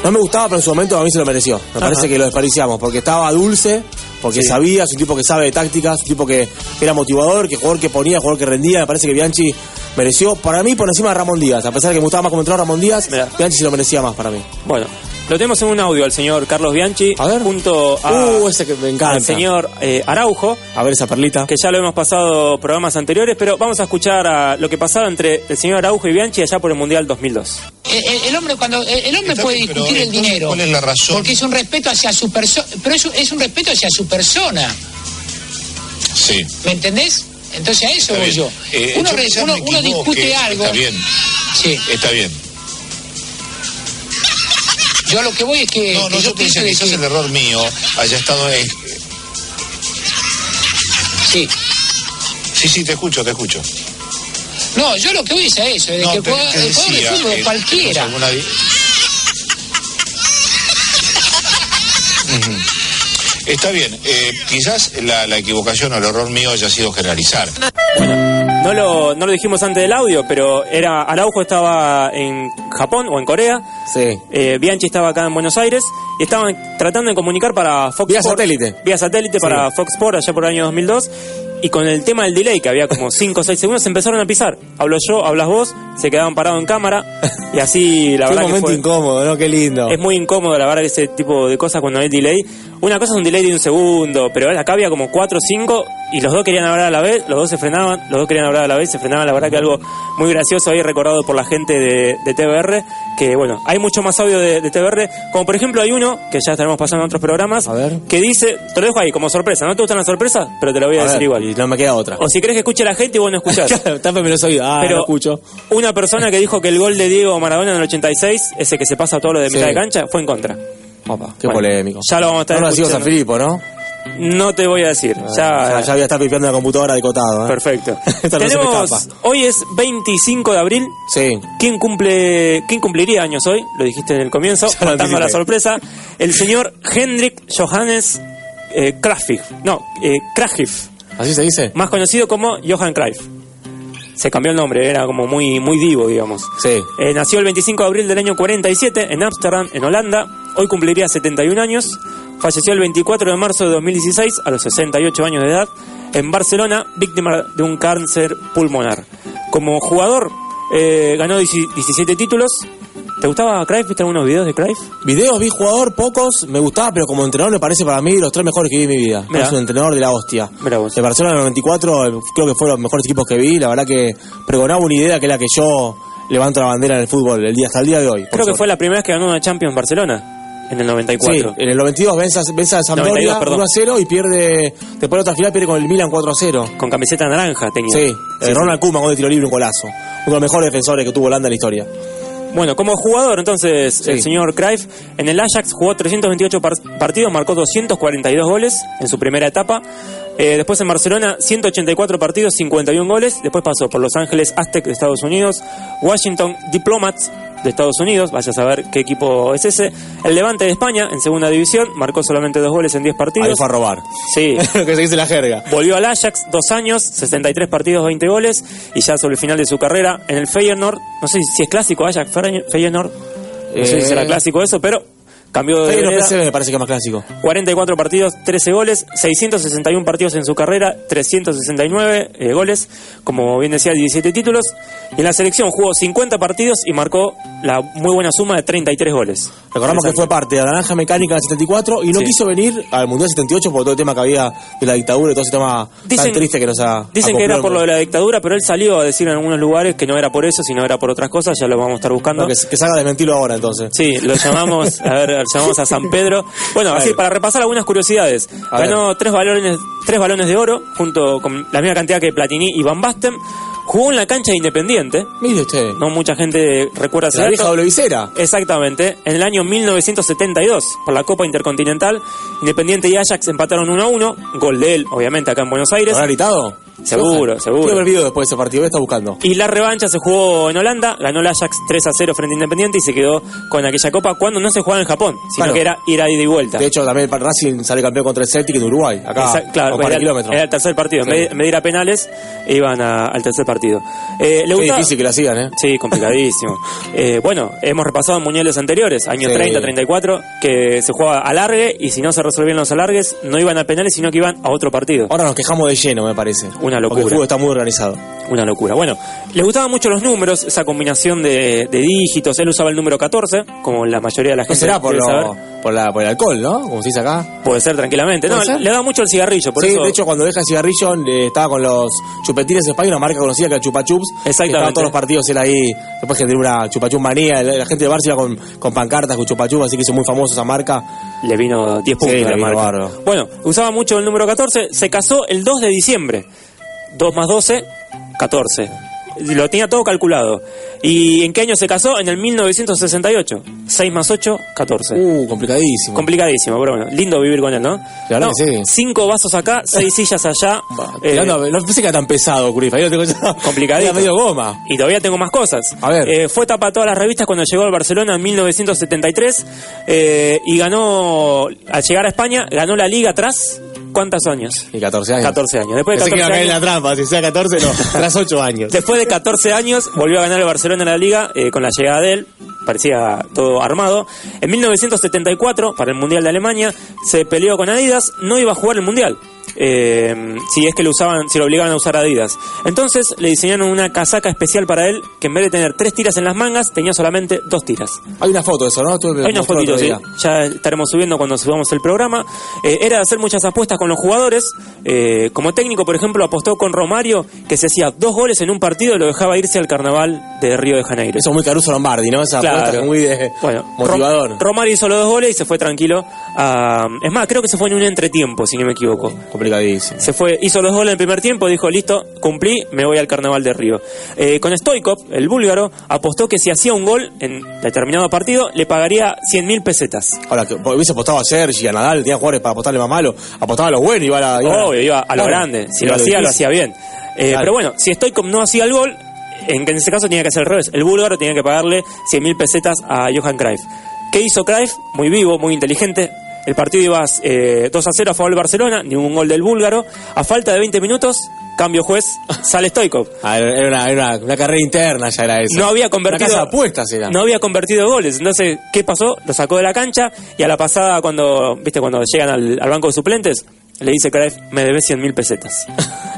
F: No me gustaba, pero en su momento a mí se lo mereció. Me
G: Ajá.
F: parece que lo desperdiciamos, porque estaba dulce, porque
G: Sí.
F: sabía, es un tipo que sabe de tácticas, un tipo que era motivador, que jugador que ponía, jugador que rendía. Me parece que Bianchi mereció, para mí, por encima de Ramón Díaz. A pesar de que me gustaba más como entró Ramón Díaz,
G: Mirá.
F: Bianchi se lo merecía más para mí.
G: Bueno, lo tenemos en un audio al señor Carlos Bianchi
F: A ver.
G: junto a,
F: uh, ese que me encanta.
G: al señor eh, Araujo,
F: A ver esa perlita.
G: que ya lo hemos pasado programas anteriores, pero vamos a escuchar a lo que pasaba entre el señor Araujo y Bianchi allá por el Mundial 2002.
H: El, Eh, el- el hombre cuando eh, el el hombre
I: Está
H: puede
I: bien, pero
H: discutir el
I: entonces,
H: dinero.
I: ¿cuál es la razón?
H: Porque es un respeto hacia su persona, pero es, un- es un respeto hacia su persona,
I: Sí.
H: ¿me entendés? Entonces a eso
I: Está
H: voy
I: bien.
H: yo.
I: Eh,
H: uno
I: yo
H: re-
I: quizás
H: uno-
I: me
H: uno discute
I: equivoque.
H: algo.
I: Está bien,
H: Sí.
I: está bien.
H: Yo lo que voy es que,
I: No,
H: que
I: no, yo
H: yo pienso
I: pensé
H: de
I: que quizás
H: que-
I: el error mío haya estado en...
H: sí.
I: Sí, sí, te escucho, te escucho.
H: No, yo lo que voy es a eso, de
I: No,
H: que
I: te-
H: el jugador,
I: te
H: el jugador de
I: decía
H: fútbol
I: que
H: cualquiera.
I: tenemos alguna di- Ujú.
J: Está bien, eh, quizás la, la equivocación o el error mío haya sido generalizar.
G: No lo, no lo dijimos antes del audio, pero era Araujo estaba en Japón o en Corea.
F: Sí.
G: eh, Bianchi estaba acá en Buenos Aires y estaban tratando de comunicar para Fox
F: Vía
G: Sport.
F: satélite.
G: Vía satélite
F: Sí.
G: para Fox Sport allá por el año 2002. Y con el tema del delay, que había
F: [LAUGHS]
G: como 5 o 6 segundos, se empezaron a pisar. Hablo yo, hablas vos, se quedaban parados en cámara. Y así, la
F: Fue un
G: verdad que
F: momento
G: fue-
F: incómodo, ¿no? Qué lindo.
G: es muy incómodo, la verdad, ese tipo de cosas cuando hay delay. Una cosa es un delay de un segundo, pero acá había como 4 o 5 y los dos querían hablar a la vez, los dos se frenaban, los dos querían hablar a la vez, se frenaban. La verdad que algo muy gracioso ahí recordado por la gente de, de TBR, que bueno, hay mucho más audio de, de TBR, como por ejemplo hay uno, que ya estaremos pasando en otros programas,
F: A ver.
G: que dice, te lo dejo ahí como sorpresa, ¿no te gustan las sorpresas? Pero te lo voy a,
F: A ver,
G: decir igual.
F: Y no me queda otra.
G: O si crees que escuche la gente y vos no escuchás.
F: [LAUGHS] Claro, Tápame los oídos. Ah,
G: Pero
F: no escucho.
G: una persona que dijo que el gol de Diego Maradona en el 86, ese que se pasa todo lo de
F: Sí.
G: mitad de cancha, fue en contra.
F: Opa, qué
G: Bueno,
F: polémico.
G: Ya lo vamos a estar
F: No lo decimos a
G: escuchando.
F: Filipo, ¿no?
G: No te voy a decir.
F: ya,
G: ya,
F: ya voy a estar pipeando la computadora de cotado. ¿eh? [LAUGHS]
G: perfecto.
F: Esta no se me
G: Tenemos,
F: escapa.
G: hoy es 25 de abril.
F: Sí.
G: ¿Quién cumple, quién cumpliría años hoy? Lo dijiste en el
F: [LAUGHS]
G: comienzo,
F: Ya lo
G: faltando a la
F: anticipé.
G: sorpresa. El señor Hendrik Johannes eh, Cruyff. No, eh, Cruyff,
F: ¿Así se dice?
G: más conocido como Johan Cruyff. Se cambió el nombre, era como muy, muy divo, digamos.
F: Sí.
G: Eh, nació el 25 de abril del año 47 en Ámsterdam, en Holanda. Hoy cumpliría 71 años. Falleció el 24 de marzo de 2016 a los 68 años de edad en Barcelona, víctima de un cáncer pulmonar. Como jugador eh, ganó 10 17 títulos. ¿Te gustaba Cruyff? ¿Viste algunos videos de Cruyff?
F: Videos vi jugador, pocos, me gustaba, pero como entrenador me parece para mí los tres mejores que vi en mi vida.
G: Mirá.
F: Es un entrenador de la hostia.
G: Mirá vos.
F: De Barcelona en el 94 eh, creo que fue los mejores equipos que vi. La verdad que pregonaba una idea que es la que yo levanto la bandera en el fútbol el día hasta el día de hoy. por
G: Creo que
F: suerte.
G: fue la primera vez que ganó una Champions Barcelona en el 94.
F: Sí, en el 92 vence, a- vence a Sampdoria
G: 92, perdón.
F: 1 a 0 y pierde, después de otra final pierde con el Milan 4 a 0.
G: Con camiseta naranja tenía.
F: Sí,
G: Sí,
F: eh,
G: sí.
F: Ronald Koeman con el tiro libre un golazo. Uno de los mejores defensores que tuvo Holanda en la historia.
G: [LAUGHS] Bueno, como jugador, entonces, el señor Cruyff en el Ajax jugó 328 par- partidos, marcó 242 goles en su primera etapa. Eh, después en Barcelona, 184 partidos, 51 goles. Después pasó por Los Ángeles Aztec de Estados Unidos, Washington Diplomats de Estados Unidos, vaya a saber qué equipo es ese. El Levante de España, en segunda división, marcó solamente dos goles en 10
F: Ahí
G: partidos.
F: fue a robar.
G: Sí,
F: [LAUGHS] lo que se dice en la jerga.
G: Volvió al Ajax, dos años, 63 partidos, 20 goles, y ya sobre el final de su carrera en el Feyenoord, no sé si es clásico Ajax, Fere- Feyenoord, no sé
F: Eh.
G: si será clásico eso, pero cambió de
F: Ahí en los
G: vereda.
F: PSV me parece que es más clásico.
G: 44 partidos, 13 goles, 661 partidos en su carrera, 369 eh, goles, como bien decía, 17 títulos. Y en la selección jugó 50 partidos y marcó la muy buena suma de 33 goles.
F: Recordamos que fue
G: Exacto.
F: parte de la Naranja Mecánica del 74 y no
G: Sí.
F: quiso venir al Mundial 78 por todo el tema que había de la dictadura y todo ese tema tan triste que nos ha.
G: Dicen que era por lo de
F: la.
G: la dictadura, pero él salió a decir en algunos lugares que no era por eso, sino era por otras cosas, ya lo vamos a estar buscando.
F: que, que salga a desmentirlo ahora entonces.
G: Sí, lo llamamos, a ver, lo llamamos a San Pedro. Bueno, así, para repasar algunas curiosidades.
F: A ver.
G: Ganó tres balones, tres balones de oro, junto con la misma cantidad que Platini y Van Basten. Jugó en la cancha de Independiente.
F: Mire usted,
G: No mucha gente recuerda ese
F: la
G: dato.
F: vieja doble visera.
G: Exactamente, en el año 1972, por la Copa Intercontinental, Independiente y Ajax empataron 1 a 1, gol de él, obviamente, acá en Buenos Aires.
F: ¿Habrá gritado?
G: Seguro,
F: Ojalá.
G: seguro.
F: Quiero ver video después de ese partido, voy a estar buscando.
G: Y la revancha se jugó en Holanda, ganó el Ajax 3 a 0 frente a Independiente y se quedó con aquella copa cuando no se jugaba en Japón, sino
F: Claro.
G: que era ir a ida y vuelta.
F: De hecho, también el Racing sale campeón contra el Celtic en Uruguay, acá
G: Exact- claro, pues
F: a un par de
G: era,
F: kilómetros.
G: era el tercer partido.
F: Sí.
G: En vez de- en vez de ir a penales, iban a- al tercer partido. Eh, ¿le
F: Qué
G: gustaba-
F: difícil que lo sigan, ¿eh?
G: Sí,
F: [LAUGHS]
G: complicadísimo. Eh, bueno, hemos repasado mundiales anteriores, años
F: Sí.
G: 30, 34, que se jugaba alargue y si no se resolvían los alargues, no iban a penales, sino que iban a otro partido.
F: Ahora nos quejamos de lleno, me parece.
G: Una
F: Porque
G: locura.
F: el fútbol está muy organizado.
G: Una locura. Bueno, le gustaban mucho los números, esa combinación de, de dígitos. Él usaba el número 14, como la mayoría de la
F: No
G: gente.
F: será por,
G: debe
F: lo-
G: saber.
F: por, la, por el alcohol, ¿no? Como se dice acá.
G: Puede ser tranquilamente. No,
F: ¿Puede ser?
G: le da mucho el cigarrillo, por
F: sí,
G: eso.
F: de hecho, cuando deja el cigarrillo, le estaba con los chupetines de España, una marca conocida que era Chupa Chups.
G: Exactamente.
F: Estaban todos los partidos, él ahí. Después que tenía una Chupa Chups manía. La, la gente de Barça iba con, con pancartas con Chupa Chups, así que hizo muy famosa esa marca.
G: Le vino 10 puntos
F: Sí,
G: a la
F: le vino
G: marca.
F: bárbaro.
G: Bueno, usaba mucho el número 14. Se casó el 2 de diciembre. 2 más 12, 14. lo tenía todo calculado. ¿Y en qué año se casó? En el 1968. 6 más 8, 14.
F: Uh, complicadísimo.
G: Complicadísimo, pero bueno, lindo vivir con él, ¿no?
F: La verdad
G: No,
F: que sí.
G: Cinco vasos acá,
F: [LAUGHS]
G: seis sillas allá. eh,
F: Mirá, no, no pensé que era tan pesado, Curif. Ahí lo tengo
G: [LAUGHS]
F: ya.
G: Complicadito.
F: Era medio goma.
G: Y todavía tengo más cosas.
F: A ver.
G: Eh, fue tapa de todas las revistas cuando llegó al Barcelona en 1973 eh, y ganó, al llegar a España, ganó la liga atrás. ¿Cuántos años?
F: Y 14 años.
G: 14 años. Después de
F: Pensé que
G: 14
F: iba a caer en
G: años,
F: la trampa. Si sea 14, no. Tras 8
G: [LAUGHS]
F: años.
G: después de 14 años volvió a ganar el Barcelona en la liga eh, con la llegada de él. Parecía todo armado. En 1974, para el Mundial de Alemania, se peleó con Adidas. No iba a jugar el Mundial. eh, si es que lo usaban, si lo obligaban a usar Adidas. Entonces le diseñaron una casaca especial para él que en vez de tener tres tiras en las mangas, tenía solamente dos tiras.
F: Hay una foto de eso, ¿no? Tú me
G: Hay unos
F: mostró el otro
G: fotitos, sí.
F: día.
G: ya estaremos subiendo cuando subamos el programa. Eh, era de hacer muchas apuestas con los jugadores. Eh, como técnico, por ejemplo, apostó con Romario, que se hacía dos goles en un partido y lo dejaba irse al carnaval de Río de Janeiro.
F: Eso es muy Caruso Lombardi, ¿no? Esa
G: Claro.
F: apuesta que es muy de
G: Bueno,
F: motivador.
G: Rom- Romario hizo los dos goles y se fue tranquilo. a- es más, creo que se fue en un entretiempo, si no me equivoco.
F: Complicadísimo.
G: Se fue, hizo los goles en el primer tiempo, dijo, listo, cumplí, me voy al carnaval de Río. Eh, con Stoikov, el búlgaro, apostó que si hacía un gol en determinado partido, le pagaría 100 mil pesetas.
F: Ahora, que hubiese apostado a Sergi, a Nadal, tenía jugadores para apostarle más malo. Apostaba a los buenos, iba a la. a la-
G: Obvio, iba a lo
F: Claro.
G: grande. Si
F: Iba
G: lo
F: a
G: hacía, lo
F: difícil.
G: hacía bien. Eh,
F: Claro.
G: Pero bueno, si Stoikov no hacía el gol, en, que en ese caso tenía que hacer al revés. El búlgaro tenía que pagarle 100 mil pesetas a Johan Cruyff. ¿Qué hizo Cruyff? Muy vivo, muy inteligente. El partido iba eh, 2 a 0 a favor del Barcelona, ningún gol del búlgaro. A falta de 20 minutos, cambio
F: [LAUGHS]
G: juez, sale Stoikov.
F: Ah, era era una, era una- una carrera interna, ya era eso.
G: No había convertido
F: Una casa de apuestas era.
G: No había convertido goles. Entonces, ¿qué pasó? Lo sacó de la cancha y a la pasada cuando, viste, cuando llegan al, al banco de suplentes, le dice Cruyff, me debes 100 mil pesetas.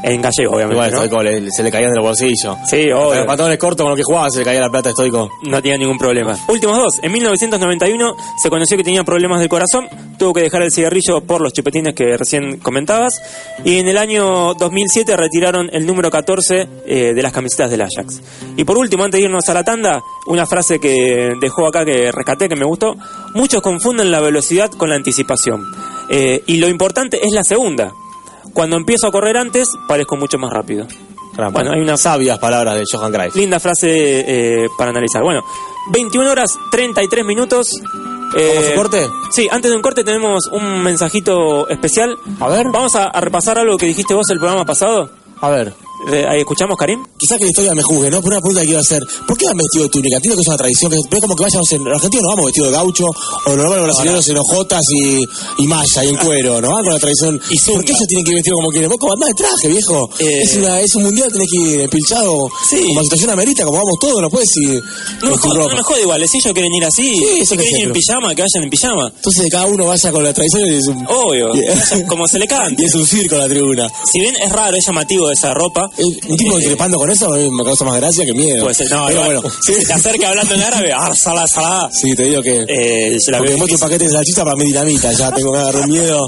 G: en gallego, obviamente.
F: Igual,
G: ¿no?
F: Stoico le- se le caían de los bolsillos.
G: Sí,
F: Con los
G: obvio.
F: pantalones cortos con lo que jugaba se le caía la plata a Stoico.
G: No tenía ningún problema. Últimos dos. En 1991 se conoció que tenía problemas del corazón, tuvo que dejar el cigarrillo por los chupetines que recién comentabas, y en el año 2007 retiraron el número 14 eh, de las camisetas del Ajax. Y por último, antes de irnos a la tanda, una frase que dejó acá que rescaté, que me gustó. Muchos confunden la velocidad con la anticipación. Eh, y lo importante es la segunda. Cuando empiezo a correr antes, parezco mucho más rápido.
F: Gran-
G: Bueno, hay una
F: sabias palabras de Johan Cruyff.
G: Linda frase eh, para analizar. Bueno, 21 horas 33 minutos. eh,
F: ¿Vamos a un corte?
G: Sí, antes de un corte tenemos un mensajito especial.
F: A ver.
G: Vamos a, a repasar algo que dijiste vos el programa pasado.
F: A ver.
G: Eh, ahí ¿Escuchamos, Karim?
F: Quizás que la historia me juzgue, ¿no? Pero una pregunta que quiero hacer. ¿Por qué van vestidos de túnica? Entiendo que es una tradición, que pero como que vayan, no sé, los argentinos nos vamos vestidos de gaucho, o nos vamos los brasileños en hojotas y, y malla y en cuero, ¿no? Van con la tradición.
G: Y zunga.
F: ¿Por qué ellos tienen que ir vestidos como quieren? Vos como andás de traje, viejo.
G: Eh.
F: Es, una, es un mundial, tenés que ir empilchado,
G: Sí.
F: como la situación amerita, como vamos todos, no puedes ir
G: No
F: con
G: me,
F: tu
G: jodas,
F: ropa.
G: no me jodas igual, si ellos quieren ir
F: Sí,
G: así, si
F: eso que
G: quieren ir en
F: siempre.
G: pijama, que vayan en pijama.
F: Entonces cada uno vaya con la tradición y es un,
G: Obvio,
F: Yeah.
G: vayan como se le cante.
F: y es un circo la tribuna.
G: Si bien es raro, es llamativo esa ropa.
F: Eh, Un tipo
G: eh,
F: trepando con eso a mí me causa más gracia que miedo.
G: Pues, eh, no,
F: pero
G: igual,
F: bueno,
G: [LAUGHS]
F: sí,
G: si te acerca hablando en árabe, ah, salá, salá.
F: sí, te digo que...
G: Eh, se la
F: Porque
G: veo
F: mucho paquete de salchicha para mi dinamita, ya tengo que agarrar un
G: [LAUGHS]
F: miedo.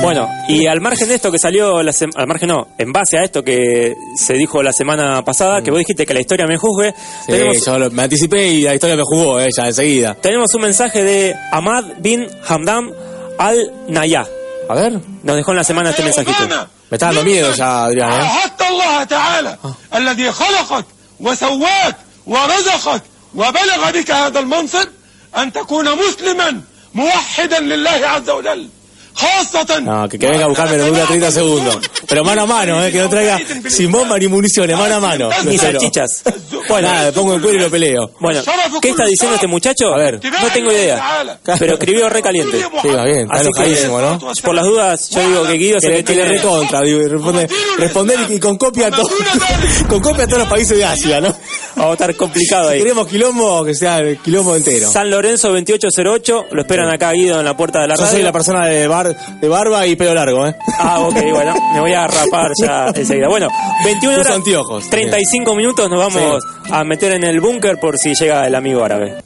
G: Bueno, y al margen de esto que salió, la sem- al margen no, en base a esto que se dijo la semana pasada, que vos dijiste que la historia me juzgue, tenemos,
F: Mm. yo lo- me anticipé y la historia me jugó eh, ya enseguida.
G: tenemos un mensaje de Ahmad bin Hamdam al Naya.
F: A ver,
G: Nos dejó en la semana este mensajito.
F: me está dando miedo ya, Adrián. ¿eh?
K: عهدت الله تعالى الذي خلقك وسواك ورزقك وبلغ بك هذا المنصب أن تكون مسلما موحدا لله عز وجل خاصة
F: No, que, que venga a buscarme, no dura 30 segundos. Pero mano a mano, eh, que no traiga sin bomba ni municiones, mano a mano.
G: Ni
F: Pero-
G: salchichas.
F: Bueno, nada, pongo el cuero y lo peleo.
G: Bueno, ¿qué está diciendo este muchacho?
F: A ver.
G: No tengo idea, pero escribió recaliente.
F: Sí, va bien, está
G: Así que,
F: enojadísimo, ¿no?
G: por las dudas, yo digo que Guido se
F: Que le, que le
G: tiene-
F: recontra, digo, y responde, responder y, y con copia a todo- [LAUGHS] con copia a todos los países de Asia, ¿no?
G: Va a estar complicado
F: Si
G: ahí.
F: queremos quilombo, que sea el quilombo entero.
G: San Lorenzo 2808, lo esperan acá Guido en la puerta de la
F: Yo
G: radio.
F: soy la persona de, bar, de barba y pelo largo, ¿eh?
G: Ah, ok, bueno, me voy a rapar
F: [LAUGHS]
G: ya enseguida. Bueno, 21
F: Usa
G: horas,
F: anteojos.
G: 35 minutos, nos vamos a meter en el búnker por si llega el amigo árabe.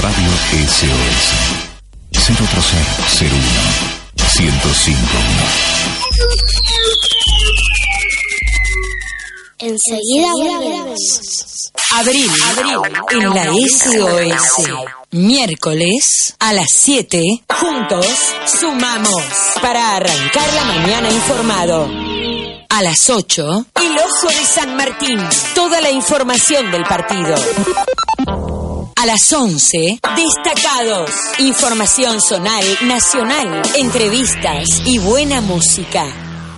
L: Radio SOS 03001 1051
M: Enseguida volvemos. Abril, en la SOS. Miércoles a las 7, juntos sumamos para arrancar la mañana informado. A las 8, El Oso de San Martín. Toda la información del partido. A las 11, destacados. Información zonal, nacional, entrevistas y buena música.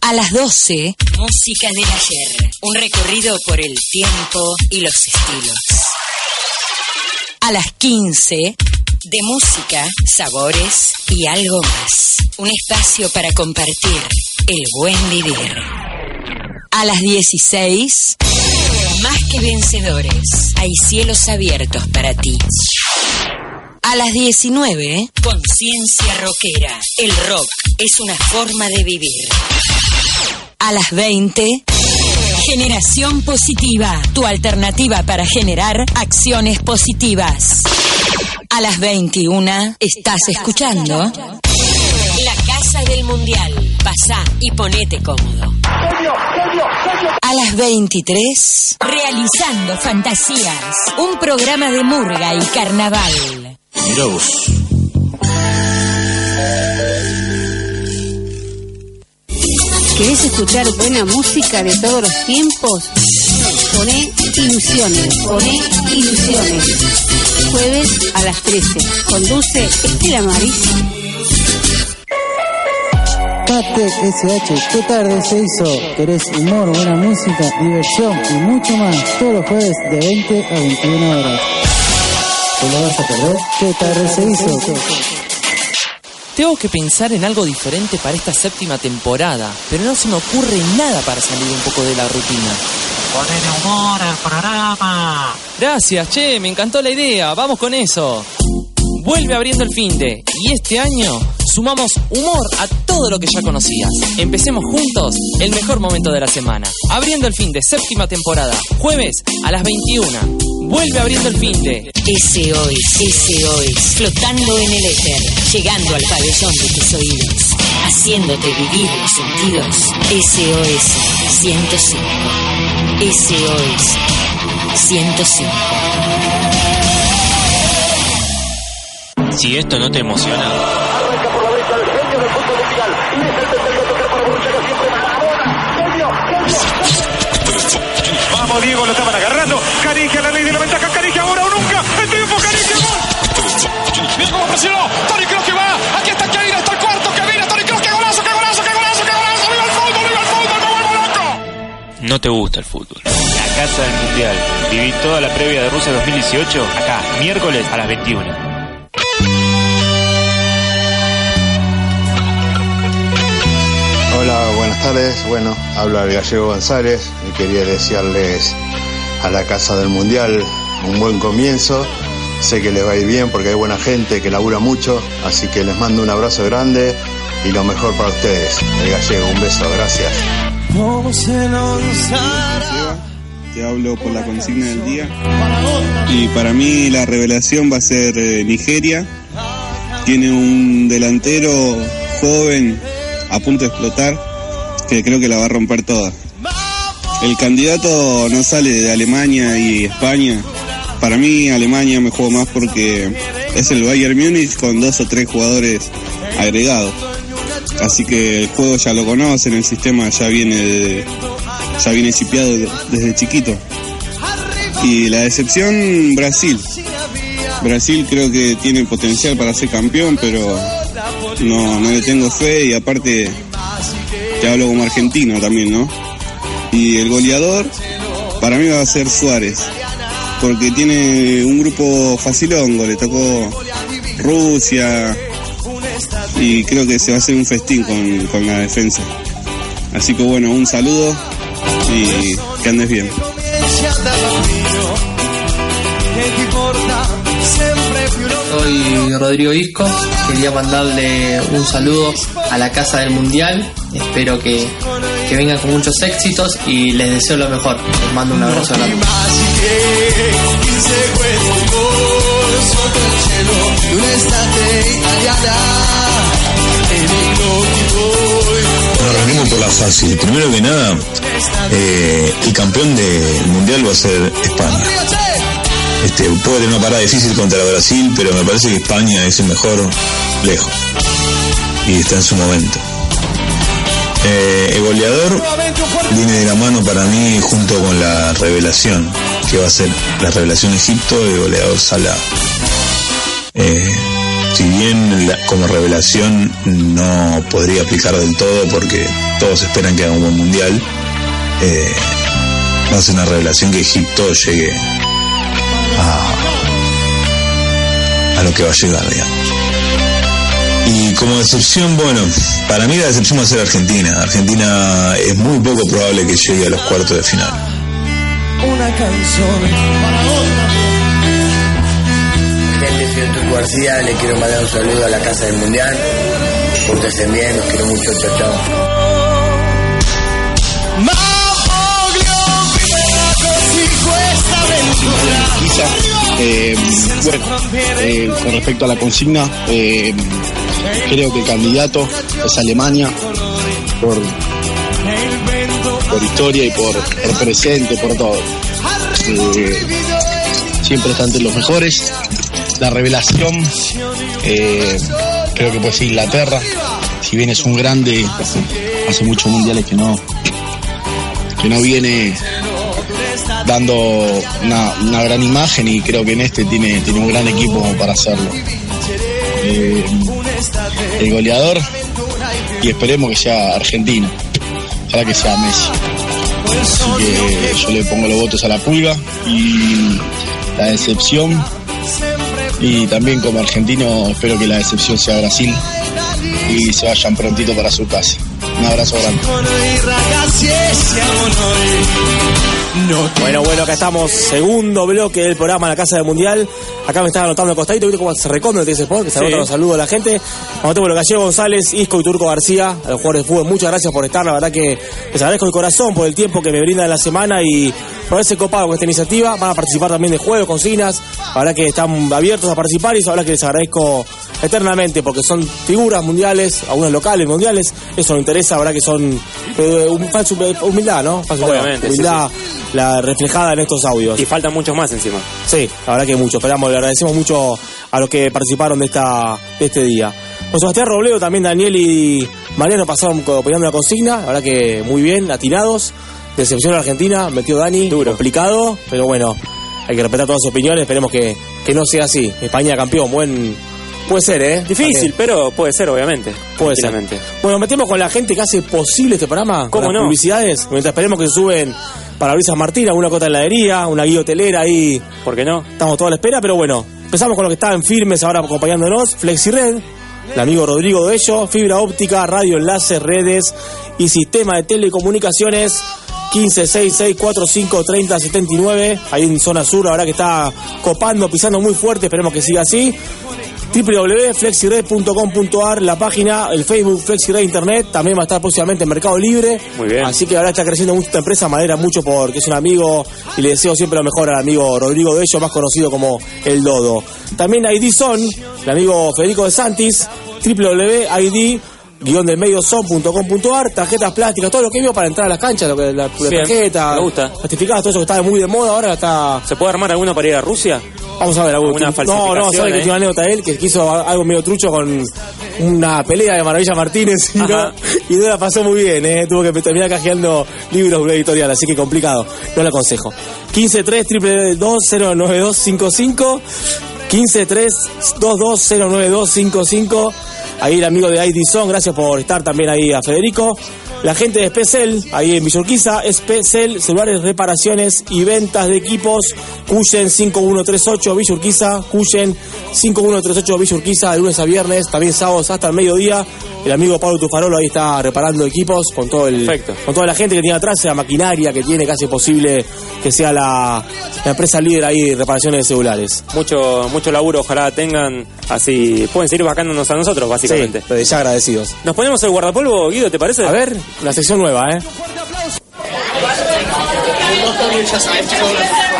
M: A las 12, música del ayer. Un recorrido por el tiempo y los estilos. A las 15, de música, sabores y algo más. Un espacio para compartir el buen vivir. A las 16, más que vencedores, hay cielos abiertos para ti. A las ¿eh? 19, conciencia rockera. El rock es una forma de vivir. A las 20, generación positiva. Tu alternativa para generar acciones positivas. A las 21, estás escuchando La Casa del Mundial. Pasá y ponete cómodo. A las 23, Realizando Fantasías, un programa de murga y carnaval.
L: Mirá vos.
N: ¿Querés escuchar buena música de todos los tiempos? Poné ilusiones, poné ilusiones. Jueves a las 13. Conduce Estela Maris.
O: Catec SH, qué tarde se hizo. Querés humor, buena música, diversión y mucho más. Todos los jueves de 20 a 21 horas. ¿Te lo vas a perder? Qué tarde se hizo.
P: Tengo que pensar en algo diferente para esta séptima temporada, pero no se me ocurre nada para salir un poco de la rutina.
Q: Ponele humor al programa.
P: Gracias, che, me encantó la idea, vamos con eso. Vuelve abriendo el finde y este año sumamos humor a todo lo que ya conocías. Empecemos juntos el mejor momento de la semana. Abriendo el finde, séptima temporada, jueves a las 21. Vuelve abriendo el finde.
M: SOS, SOS, flotando en el éter, llegando al pabellón de tus oídos, haciéndote vivir los sentidos. SOS 105. SOS 105.
B: Si esto no te emociona,
D: Vamos, Diego, lo estaban agarrando. Caricia la ley de la ventaja. Caricia ahora o nunca. El triunfo, Caricia, gol. Diego lo presionó. Tony Cruz que va. Aquí está Keira, está el cuarto. Que viene Tony Cruz. ¡Qué golazo, qué golazo, qué golazo, qué golazo! ¡Viva el fútbol, viva el fútbol! ¡Me vuelvo loco!
B: no te gusta el fútbol. La Casa del Mundial. Viví toda la previa de Rusia 2018 acá, miércoles a las 21.
J: Hola, buenas tardes. Bueno, habla el gallego González y quería desearles a la Casa del Mundial un buen comienzo. Sé que les va a ir bien porque hay buena gente que labura mucho, así que les mando un abrazo grande y lo mejor para ustedes. El gallego, un beso, gracias.
R: Te hablo por la consigna del día. Y para mí la revelación va a ser eh, Nigeria. Tiene un delantero joven a punto de explotar que creo que la va a romper toda. El candidato no sale de Alemania y España. Para mí Alemania me juego más porque es el Bayern Múnich con dos o tres jugadores agregados. Así que el juego ya lo conocen, el sistema ya viene de- ya viene chipeado de- desde chiquito. Y la decepción Brasil. Brasil creo que tiene potencial para ser campeón, pero no, no le tengo fe y aparte te hablo como argentino también, ¿no? Y el goleador para mí va a ser Suárez, porque tiene un grupo facilongo, le tocó Rusia y creo que se va a hacer un festín con, con la defensa. Así que bueno, un saludo y que andes bien.
S: Soy Rodrigo Isco, quería mandarle un saludo a la Casa del Mundial, espero que, que vengan con muchos éxitos y les deseo lo mejor. Les mando un abrazo grande.
L: Nos reunimos por la fácil. Primero que nada, eh, el campeón del mundial va a ser España. Este, puede tener una parada difícil contra Brasil, pero me parece que España es el mejor lejos. Y está en su momento. Eh, el goleador viene de la mano para mí junto con la revelación, que va a ser la revelación de Egipto del goleador Salah. Eh, si bien la- como revelación no podría aplicar del todo porque todos esperan que haga un buen mundial, eh, va a ser una revelación que Egipto llegue a, a lo que va a llegar, digamos. Y como decepción, bueno, para mí la decepción va a ser Argentina. Argentina es muy poco probable que llegue a los cuartos de final.
E: Una canción para vos
T: Gente, soy el Turco García, le quiero mandar un saludo a la Casa del Mundial. Pórtense bien, los quiero mucho, chao, chao.
U: Eh, bueno, eh, con respecto a la consigna, eh, creo que el candidato es Alemania por, por historia y por, por presente, por todo. Eh, siempre está entre los mejores. La revelación, eh, creo que puede ser Inglaterra. Si bien es un grande, hace muchos mundiales que no, que no viene dando una, una gran imagen y creo que en este tiene, tiene un gran equipo como para hacerlo. Eh, el goleador y esperemos que sea Argentina, ojalá que sea Messi. Así que yo le pongo los votos a la pulga y la decepción. Y también como argentino espero que la decepción sea Brasil y se vayan prontito para su casa. Un abrazo grande.
F: Bueno, bueno, acá estamos. Segundo bloque del programa La Casa del Mundial. Acá me estaba anotando el costadito. ¿Viste cómo se reconoce ese sport? Que se
G: Sí.
F: anota los saludos a la gente. Anotemos lo Gallego González, Isco y Turco García, a los jugadores de fútbol. Muchas gracias por estar. La verdad que les agradezco el corazón por el tiempo que me brindan la semana y por ese copado con esta iniciativa. Van a participar también de juegos, consignas. La verdad que están abiertos a participar y la verdad que les agradezco eternamente porque son figuras mundiales, algunas locales, mundiales. Eso me interesa. La verdad que son eh, un falso humildad, ¿no? Falsa humildad.
G: Obviamente, sí,
F: Humildad
G: sí.
F: la reflejada en estos audios.
G: Y faltan muchos más encima.
F: Sí, la verdad que mucho. Esperamos, le agradecemos mucho a los que participaron de esta de este día. Con Sebastián Robledo, también Daniel y Mariano pasaron co- opinando la consigna. La verdad que muy bien, atinados. Decepción a la Argentina, metió Dani, complicado, pero bueno, hay que respetar todas sus opiniones. Esperemos que, que no sea así. España campeón, buen. Puede ser, ¿eh?
G: Difícil, pero puede ser, obviamente.
F: Puede ser.
G: Tranquilamente.
F: Bueno, metemos con la gente que hace posible este programa. con
G: ¿Cómo
F: las
G: no?
F: publicidades. Mientras esperemos que se suben para Brisa Martín, alguna cota de heladería, una guillotelera ahí.
G: ¿Por qué no?
F: Estamos todos a la espera, pero bueno. Empezamos con los que estaban firmes ahora acompañándonos. FlexiRed, el amigo Rodrigo de ellos, Fibra Óptica, Radio Enlaces, Redes y Sistema de Telecomunicaciones. 1566453079, ahí en zona sur, ahora que está copando, pisando muy fuerte, esperemos que siga así www.flexired.com.ar, la página, el Facebook Flexired Internet, también va a estar próximamente en Mercado Libre.
G: Muy bien.
F: Así que ahora está creciendo mucho esta empresa, me alegra mucho porque es un amigo y le deseo siempre lo mejor al amigo Rodrigo Bello, más conocido como El Dodo. También ID Son, el amigo Federico de Santis, www.id guión del medio tarjetas plásticas, todo lo que vio para entrar a las canchas, lo que, la, la
G: Bien,
F: tarjeta,
G: me gusta.
F: certificados, todo eso que estaba muy de moda, ahora está...
G: ¿Se puede armar alguno para ir a Rusia?
F: Vamos a ver, Agus.
G: Alguna
F: No,
G: falsificación,
F: no, sabe que
G: eh?
F: tiene una anécdota de él que quiso a- algo medio trucho con una pelea de Maravilla Martínez [LAUGHS] y no,
G: Ajá.
F: y no la pasó muy bien, eh. Tuvo que terminar cajeando libros de una editorial, así que complicado. No lo aconsejo. 153-222-09255 153-222-09255 Ahí el amigo de ID Son, gracias por estar también ahí a Federico. La gente de Specel, ahí en Villorquiza, Specel, celulares, reparaciones y ventas de equipos, Cuyen 5138 Villorquiza, Cuyen 5138 Villorquiza, de lunes a viernes, también sábados hasta el mediodía. El amigo Pablo Tufarolo ahí está reparando equipos con todo el
G: Perfecto.
F: con toda la gente que tiene atrás, la maquinaria que tiene que hace posible que sea la, la empresa líder ahí de reparaciones de celulares.
G: Mucho, mucho laburo, ojalá tengan. Así pueden seguir bajándonos a nosotros, básicamente.
F: Sí, pero ya agradecidos.
G: ¿Nos ponemos el guardapolvo, Guido, te parece? A
F: ver, la sección nueva, ¿eh?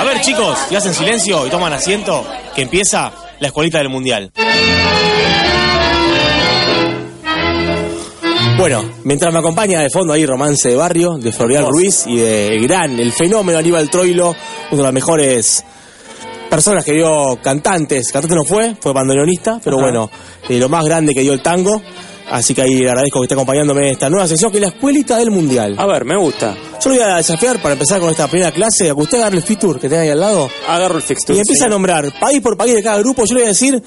F: A ver, chicos, y hacen silencio y toman asiento, que empieza la escuelita del mundial. Bueno, mientras me acompaña de fondo ahí Romance de Barrio, de Florian Ruiz y de Gran, el fenómeno Aníbal Troilo, una de las mejores personas que dio cantantes. Cantante no fue, fue bandoneonista, pero
G: Ajá.
F: bueno, eh, lo más grande que dio el tango. Así que ahí le agradezco que esté acompañándome en esta nueva sección que es la escuelita del mundial.
G: A ver, me gusta.
F: Yo lo voy a desafiar para empezar con esta primera clase. A que usted agarre el fixture que tenga ahí al lado.
G: Agarro el fixture.
F: Y empieza a nombrar país por país de cada grupo. Yo le voy a decir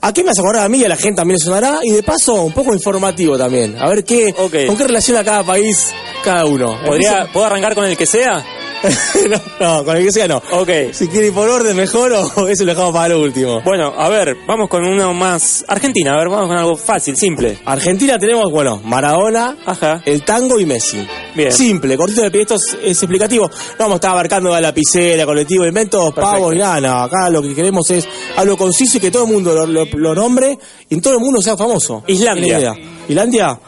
F: a qué me hace acordar a mí y a la gente también le sonará. Y de paso, un poco informativo también. A ver qué,
G: Ok.
F: con qué relaciona cada país cada uno.
G: ¿Podría,
F: Empieza-
G: ¿Puedo arrancar con el que sea?
F: [LAUGHS] no, no, con el que sea no.
G: Ok.
F: Si quiere ir por orden, mejor o [LAUGHS] eso lo dejamos para lo último.
G: Bueno, a ver, vamos con uno más. Argentina, a ver, vamos con algo fácil, simple.
F: Argentina tenemos, bueno, Maradona, el tango y Messi.
G: Bien.
F: Simple, cortito de pie, esto es, es explicativo. No vamos a estar abarcando la lapicera, colectivo, inventos, pavos, ni nada. no. Acá lo que queremos es algo conciso y que todo el mundo lo, lo- lo nombre y en todo el mundo sea famoso.
G: Islandia.
F: Tiene idea. Islandia,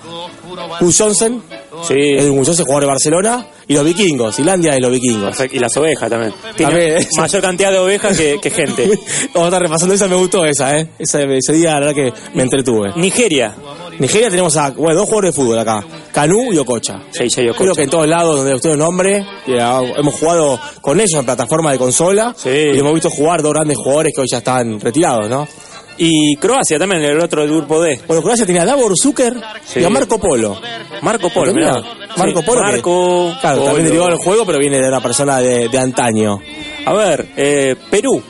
F: Gus Johnson,
G: sí.
F: el Gus Johnson jugador de Barcelona, y los vikingos. Islandia es los vikingos.
G: Perfecto, Y las ovejas también. Tiene
F: También, eh. eso.
G: mayor cantidad de ovejas que, que gente.
F: [LAUGHS] Vamos a estar repasando esa, me gustó esa, ¿eh? Esa, ese día, la verdad que me entretuve.
G: Nigeria.
F: Nigeria tenemos a, bueno, dos jugadores de fútbol acá, Canú y Ococha.
G: Seiya Yokocha.
F: Creo que en todos lados donde usted nombre, que ha- hemos jugado con ellos en plataforma de consola y hemos visto jugar dos grandes jugadores que hoy ya están retirados, ¿no?
G: Y Croacia también, el otro del grupo D.
F: Bueno, Croacia tenía a Davor Zucker
G: Sí.
F: y a Marco Polo.
G: Marco
F: ¿Lo
G: Polo,
F: tenía?
G: mirá.
F: Marco
G: Sí,
F: Polo. que-
G: Marco
F: claro,
G: Polo.
F: también derivado del juego, pero viene de una persona de, de antaño.
G: A ver, eh, Perú.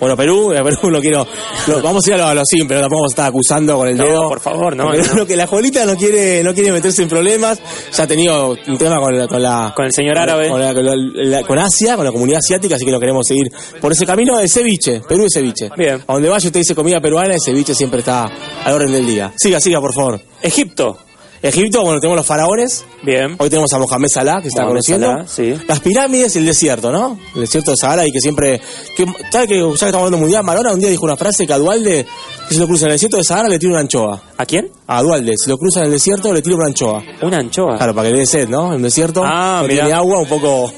F: Bueno, Perú, [LAUGHS] eh, Perú no quiero. lo- vamos a ir a lo, a lo simple, no tampoco vamos a estar acusando con el
G: No,
F: dedo.
G: por favor, no,
F: Porque
G: no.
F: lo que la Jolita no quiere, no quiere meterse en problemas. Ya ha tenido un tema con la. Con, la,
G: Con el señor árabe.
F: Con, la- con la- con Asia, con la comunidad asiática, así que no queremos seguir por ese camino de ceviche. Perú es ceviche.
G: Bien.
F: A donde vaya usted dice comida peruana, el ceviche siempre está al orden del día. Siga, siga, por favor.
G: Egipto.
F: Egipto, bueno, tenemos los faraones.
G: Bien.
F: Hoy tenemos a Mohamed Salah, que está
G: Mohamed
F: conociendo.
G: Salah, sí.
F: Las pirámides y el desierto, ¿no? El desierto de Sahara y que siempre... Que, ¿Sabe que ya que estamos hablando mundial? Marona un día dijo una frase que a Dualde, que si lo cruza en el desierto de Sahara, le tira una anchoa.
G: ¿A quién?
F: A Dualde, si lo cruza en el desierto, le tira una anchoa.
G: Una anchoa.
F: Claro, para que le dé sed, ¿no? En un desierto
G: Ah,
F: no
G: mirá.
F: tiene agua, un
G: [LAUGHS]
F: poco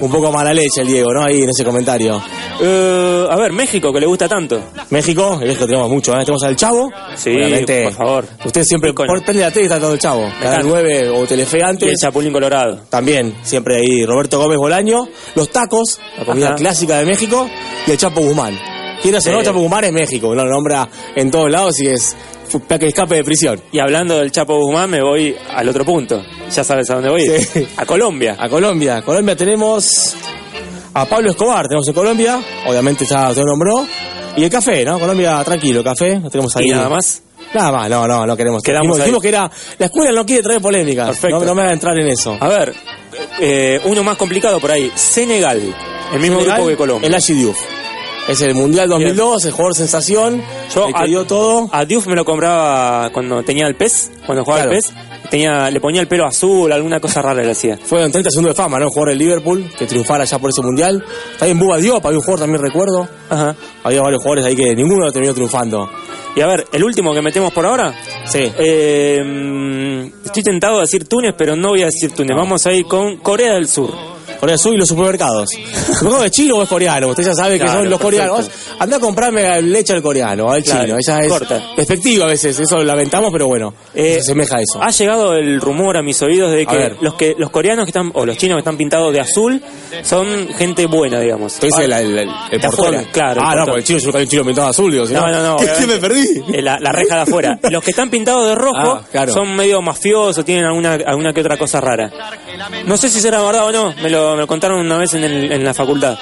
F: un poco mala leche el Diego, ¿no? Ahí en ese comentario.
G: Eh, a ver, México, que le gusta tanto.
F: México, el México tenemos mucho, ¿eh? Tenemos al Chavo.
G: Sí,
F: Obviamente,
G: por favor.
F: Usted siempre
G: Ícono.
F: por prende la tele y está todo el Chavo. Canal
G: encanta.
F: 9 o Telefe
G: Y
F: antes.
G: el Chapulín Colorado.
F: También, siempre ahí Roberto Gómez Bolaño, los tacos, la comida
G: Ajá. Eh.
F: clásica de México, y el Chapo Guzmán. Quieras o no,
G: Sí.
F: Chapo Guzmán es México, uno lo nombra en todos lados y es fu- pa' que escape de prisión.
G: Y hablando del Chapo Guzmán, me voy al otro punto. Ya sabes a dónde voy.
F: [LAUGHS] Sí.
G: A Colombia.
F: A Colombia, Colombia tenemos a Pablo Escobar, tenemos en Colombia, obviamente ya te lo nombró, y el café, ¿no? Colombia tranquilo, café, no tenemos ahí.
G: ¿Y nada más?
F: Nada más, no, no, no queremos.
G: Quedamos
F: dijimos,
G: ahí.
F: dijimos que era, la escuela no quiere traer polémica,
G: Perfecto.
F: No, no me va a entrar en eso.
G: A ver, eh, uno más complicado por ahí. Senegal. El mismo
F: Senegal,
G: grupo que Colombia.
F: El Ashi Diouf. Es el Mundial 2002, el jugador sensación.
G: Yo
F: el
G: a-
F: que dio todo.
G: A Diouf me lo compraba cuando tenía el pez, cuando jugaba
F: Claro.
G: el pez. Tenía, le ponía el pelo azul, alguna cosa rara le hacía.
F: Fue en 30 segundos de fama, ¿no? Un jugador del Liverpool que triunfara ya por ese Mundial. También Buba Diop, había un jugador también recuerdo.
G: Ajá.
F: Había varios jugadores ahí que ninguno terminó triunfando.
G: Y a ver, el último que metemos por ahora.
F: Sí.
G: Eh, mm, estoy tentado a decir Túnez, pero no voy a decir Túnez. Vamos a ir con Corea del Sur.
F: Corea del Sur y los
G: [LAUGHS]
F: supermercados. ¿Supermercado es chino o es coreano? Usted ya sabe Eh, que
G: Claro,
F: son los
G: perfecto.
F: coreanos. Anda a comprarme leche al coreano, al
G: Claro,
F: chino. Ella es
G: corta.
F: despectiva a veces, eso lo lamentamos, pero bueno, se asemeja a eso.
G: Eh, Ha llegado el rumor a mis oídos de
F: A
G: que
F: ver.
G: los que los coreanos que están o los chinos que están pintados de azul son gente buena, digamos.
F: Usted dice
G: Ah,
F: el, el, el- el
G: de
F: portón.
G: afuera, claro.
F: Ah,
G: el
F: no,
G: portón.
F: porque el chino, yo caí un chino pintado azul, digo. si
G: No, no,
F: [LAUGHS]
G: no,
F: ¿Qué, qué
G: obviamente.
F: me perdí?
G: Eh, La, la reja de
F: [LAUGHS]
G: afuera. Los que están pintados de rojo
F: Ah, claro.
G: son medio mafiosos, tienen alguna, alguna que otra cosa rara. No sé si será verdad o no, me lo, me lo contaron una vez en, el- en la facultad.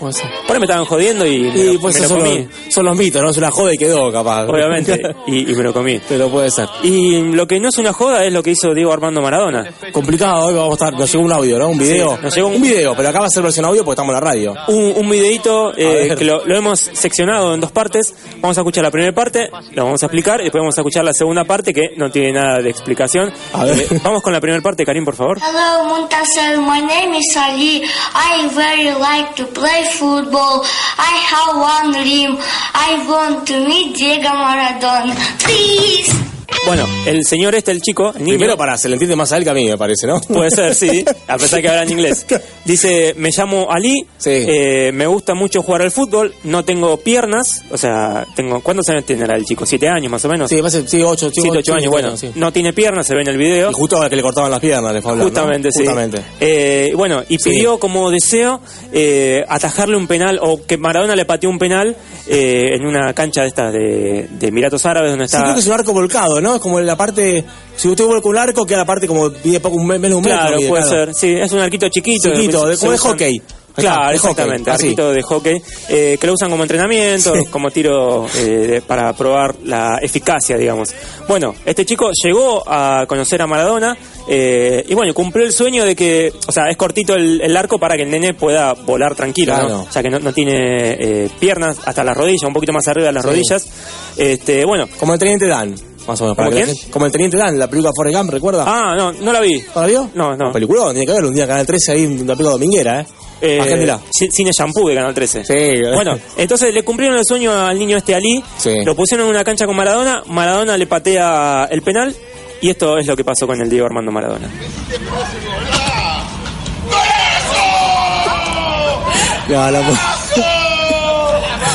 G: Por ahí me estaban jodiendo y me,
F: Y
G: lo,
F: pues
G: me lo
F: esos son
G: comí,
F: los, son los mitos, ¿no? Es una joda y quedó, capaz. [LAUGHS]
G: obviamente, y, y me lo comí.
F: Pero puede ser.
G: Y lo que no es una joda es lo que hizo Diego Armando Maradona.
F: Complicado, hoy vamos a estar. Nos llegó un audio, ¿no? Un video.
G: Sí, nos llegó un-
F: video, pero acá va a ser versión audio porque estamos en la radio.
G: Un, un videito eh,
F: ver.
G: que lo, lo hemos seccionado en dos partes. Vamos a escuchar la primera parte, lo vamos a explicar, y después vamos a escuchar la segunda parte que no tiene nada de explicación.
F: A ver.
G: Eh, vamos con la primera parte, Karim, por favor.
A: Hello, Muntasir. My name is Ali. I very like to play football. I have one dream. I want to meet Diego Maradona. Please.
G: Bueno, el señor este, el chico, el niño,
F: Primero, para, se le entiende más a él que a mí, me parece, ¿no?
G: Puede
F: [LAUGHS]
G: ser, sí, a pesar que habla en inglés. Dice, me llamo Ali,
F: Sí.
G: eh, me gusta mucho jugar al fútbol, no tengo piernas, o sea, tengo, ¿cuántos años tendrá el chico? ¿Siete años más o menos?
F: Sí, va a ser, sí, ocho,
G: Siete, ocho años, bueno,
F: sí.
G: no tiene piernas, se ve en el video.
F: Y justo ahora que le cortaban las piernas, le fue a hablar, ¿no?
G: Justamente, sí.
F: Justamente.
G: Eh, bueno, y
F: Sí.
G: pidió como deseo eh, atajarle un penal o que Maradona le pateó un penal eh, en una cancha de estas de, de Emiratos Árabes donde
F: Sí,
G: está
F: creo que es un arco volcado, ¿no? Es lados, como en la parte. Si usted vuelve con un arco, queda la parte como de poco un me- menos un metro.
G: Claro,
F: mide,
G: puede
F: claro.
G: ser. Sí, es un arquito chiquito.
F: Chiquito, de-
G: Se
F: como de
G: usan-
F: hockey.
G: Claro,
F: Ajá, de hockey,
G: exactamente,
F: así.
G: arquito de hockey, eh, que lo usan como entrenamiento, como tiro eh, de- para probar la eficacia, digamos. Bueno, este chico llegó a conocer a Maradona eh, y bueno, cumplió el sueño de que, o sea, es cortito el, el arco para que el nene pueda volar tranquilo, ¿no?
F: Claro.
G: o sea, que no, no tiene eh, piernas hasta las rodillas, un poquito más arriba de las
F: Sí.
G: rodillas. Este, bueno,
F: Como el Teniente Dan, más o menos. para
G: ¿Como
F: que la
G: quién?
F: gente- como el Teniente Dan, la película Forrest Gump, ¿recuerda?
G: Ah, no, no la vi.
F: ¿No la vio?
G: No, no.
F: Película, tiene que haber un día en Canal 13 ahí, una película dominguera, ¿eh?
G: Eh,
F: Agéndela.
G: ci- Cine Shampoo de Canal 13. Bueno, entonces le cumplieron el sueño al niño este Ali.
F: Sí.
G: Lo pusieron en una cancha con Maradona. Maradona le patea el penal. Y esto es lo que pasó con el Diego Armando Maradona.
F: No, no pu-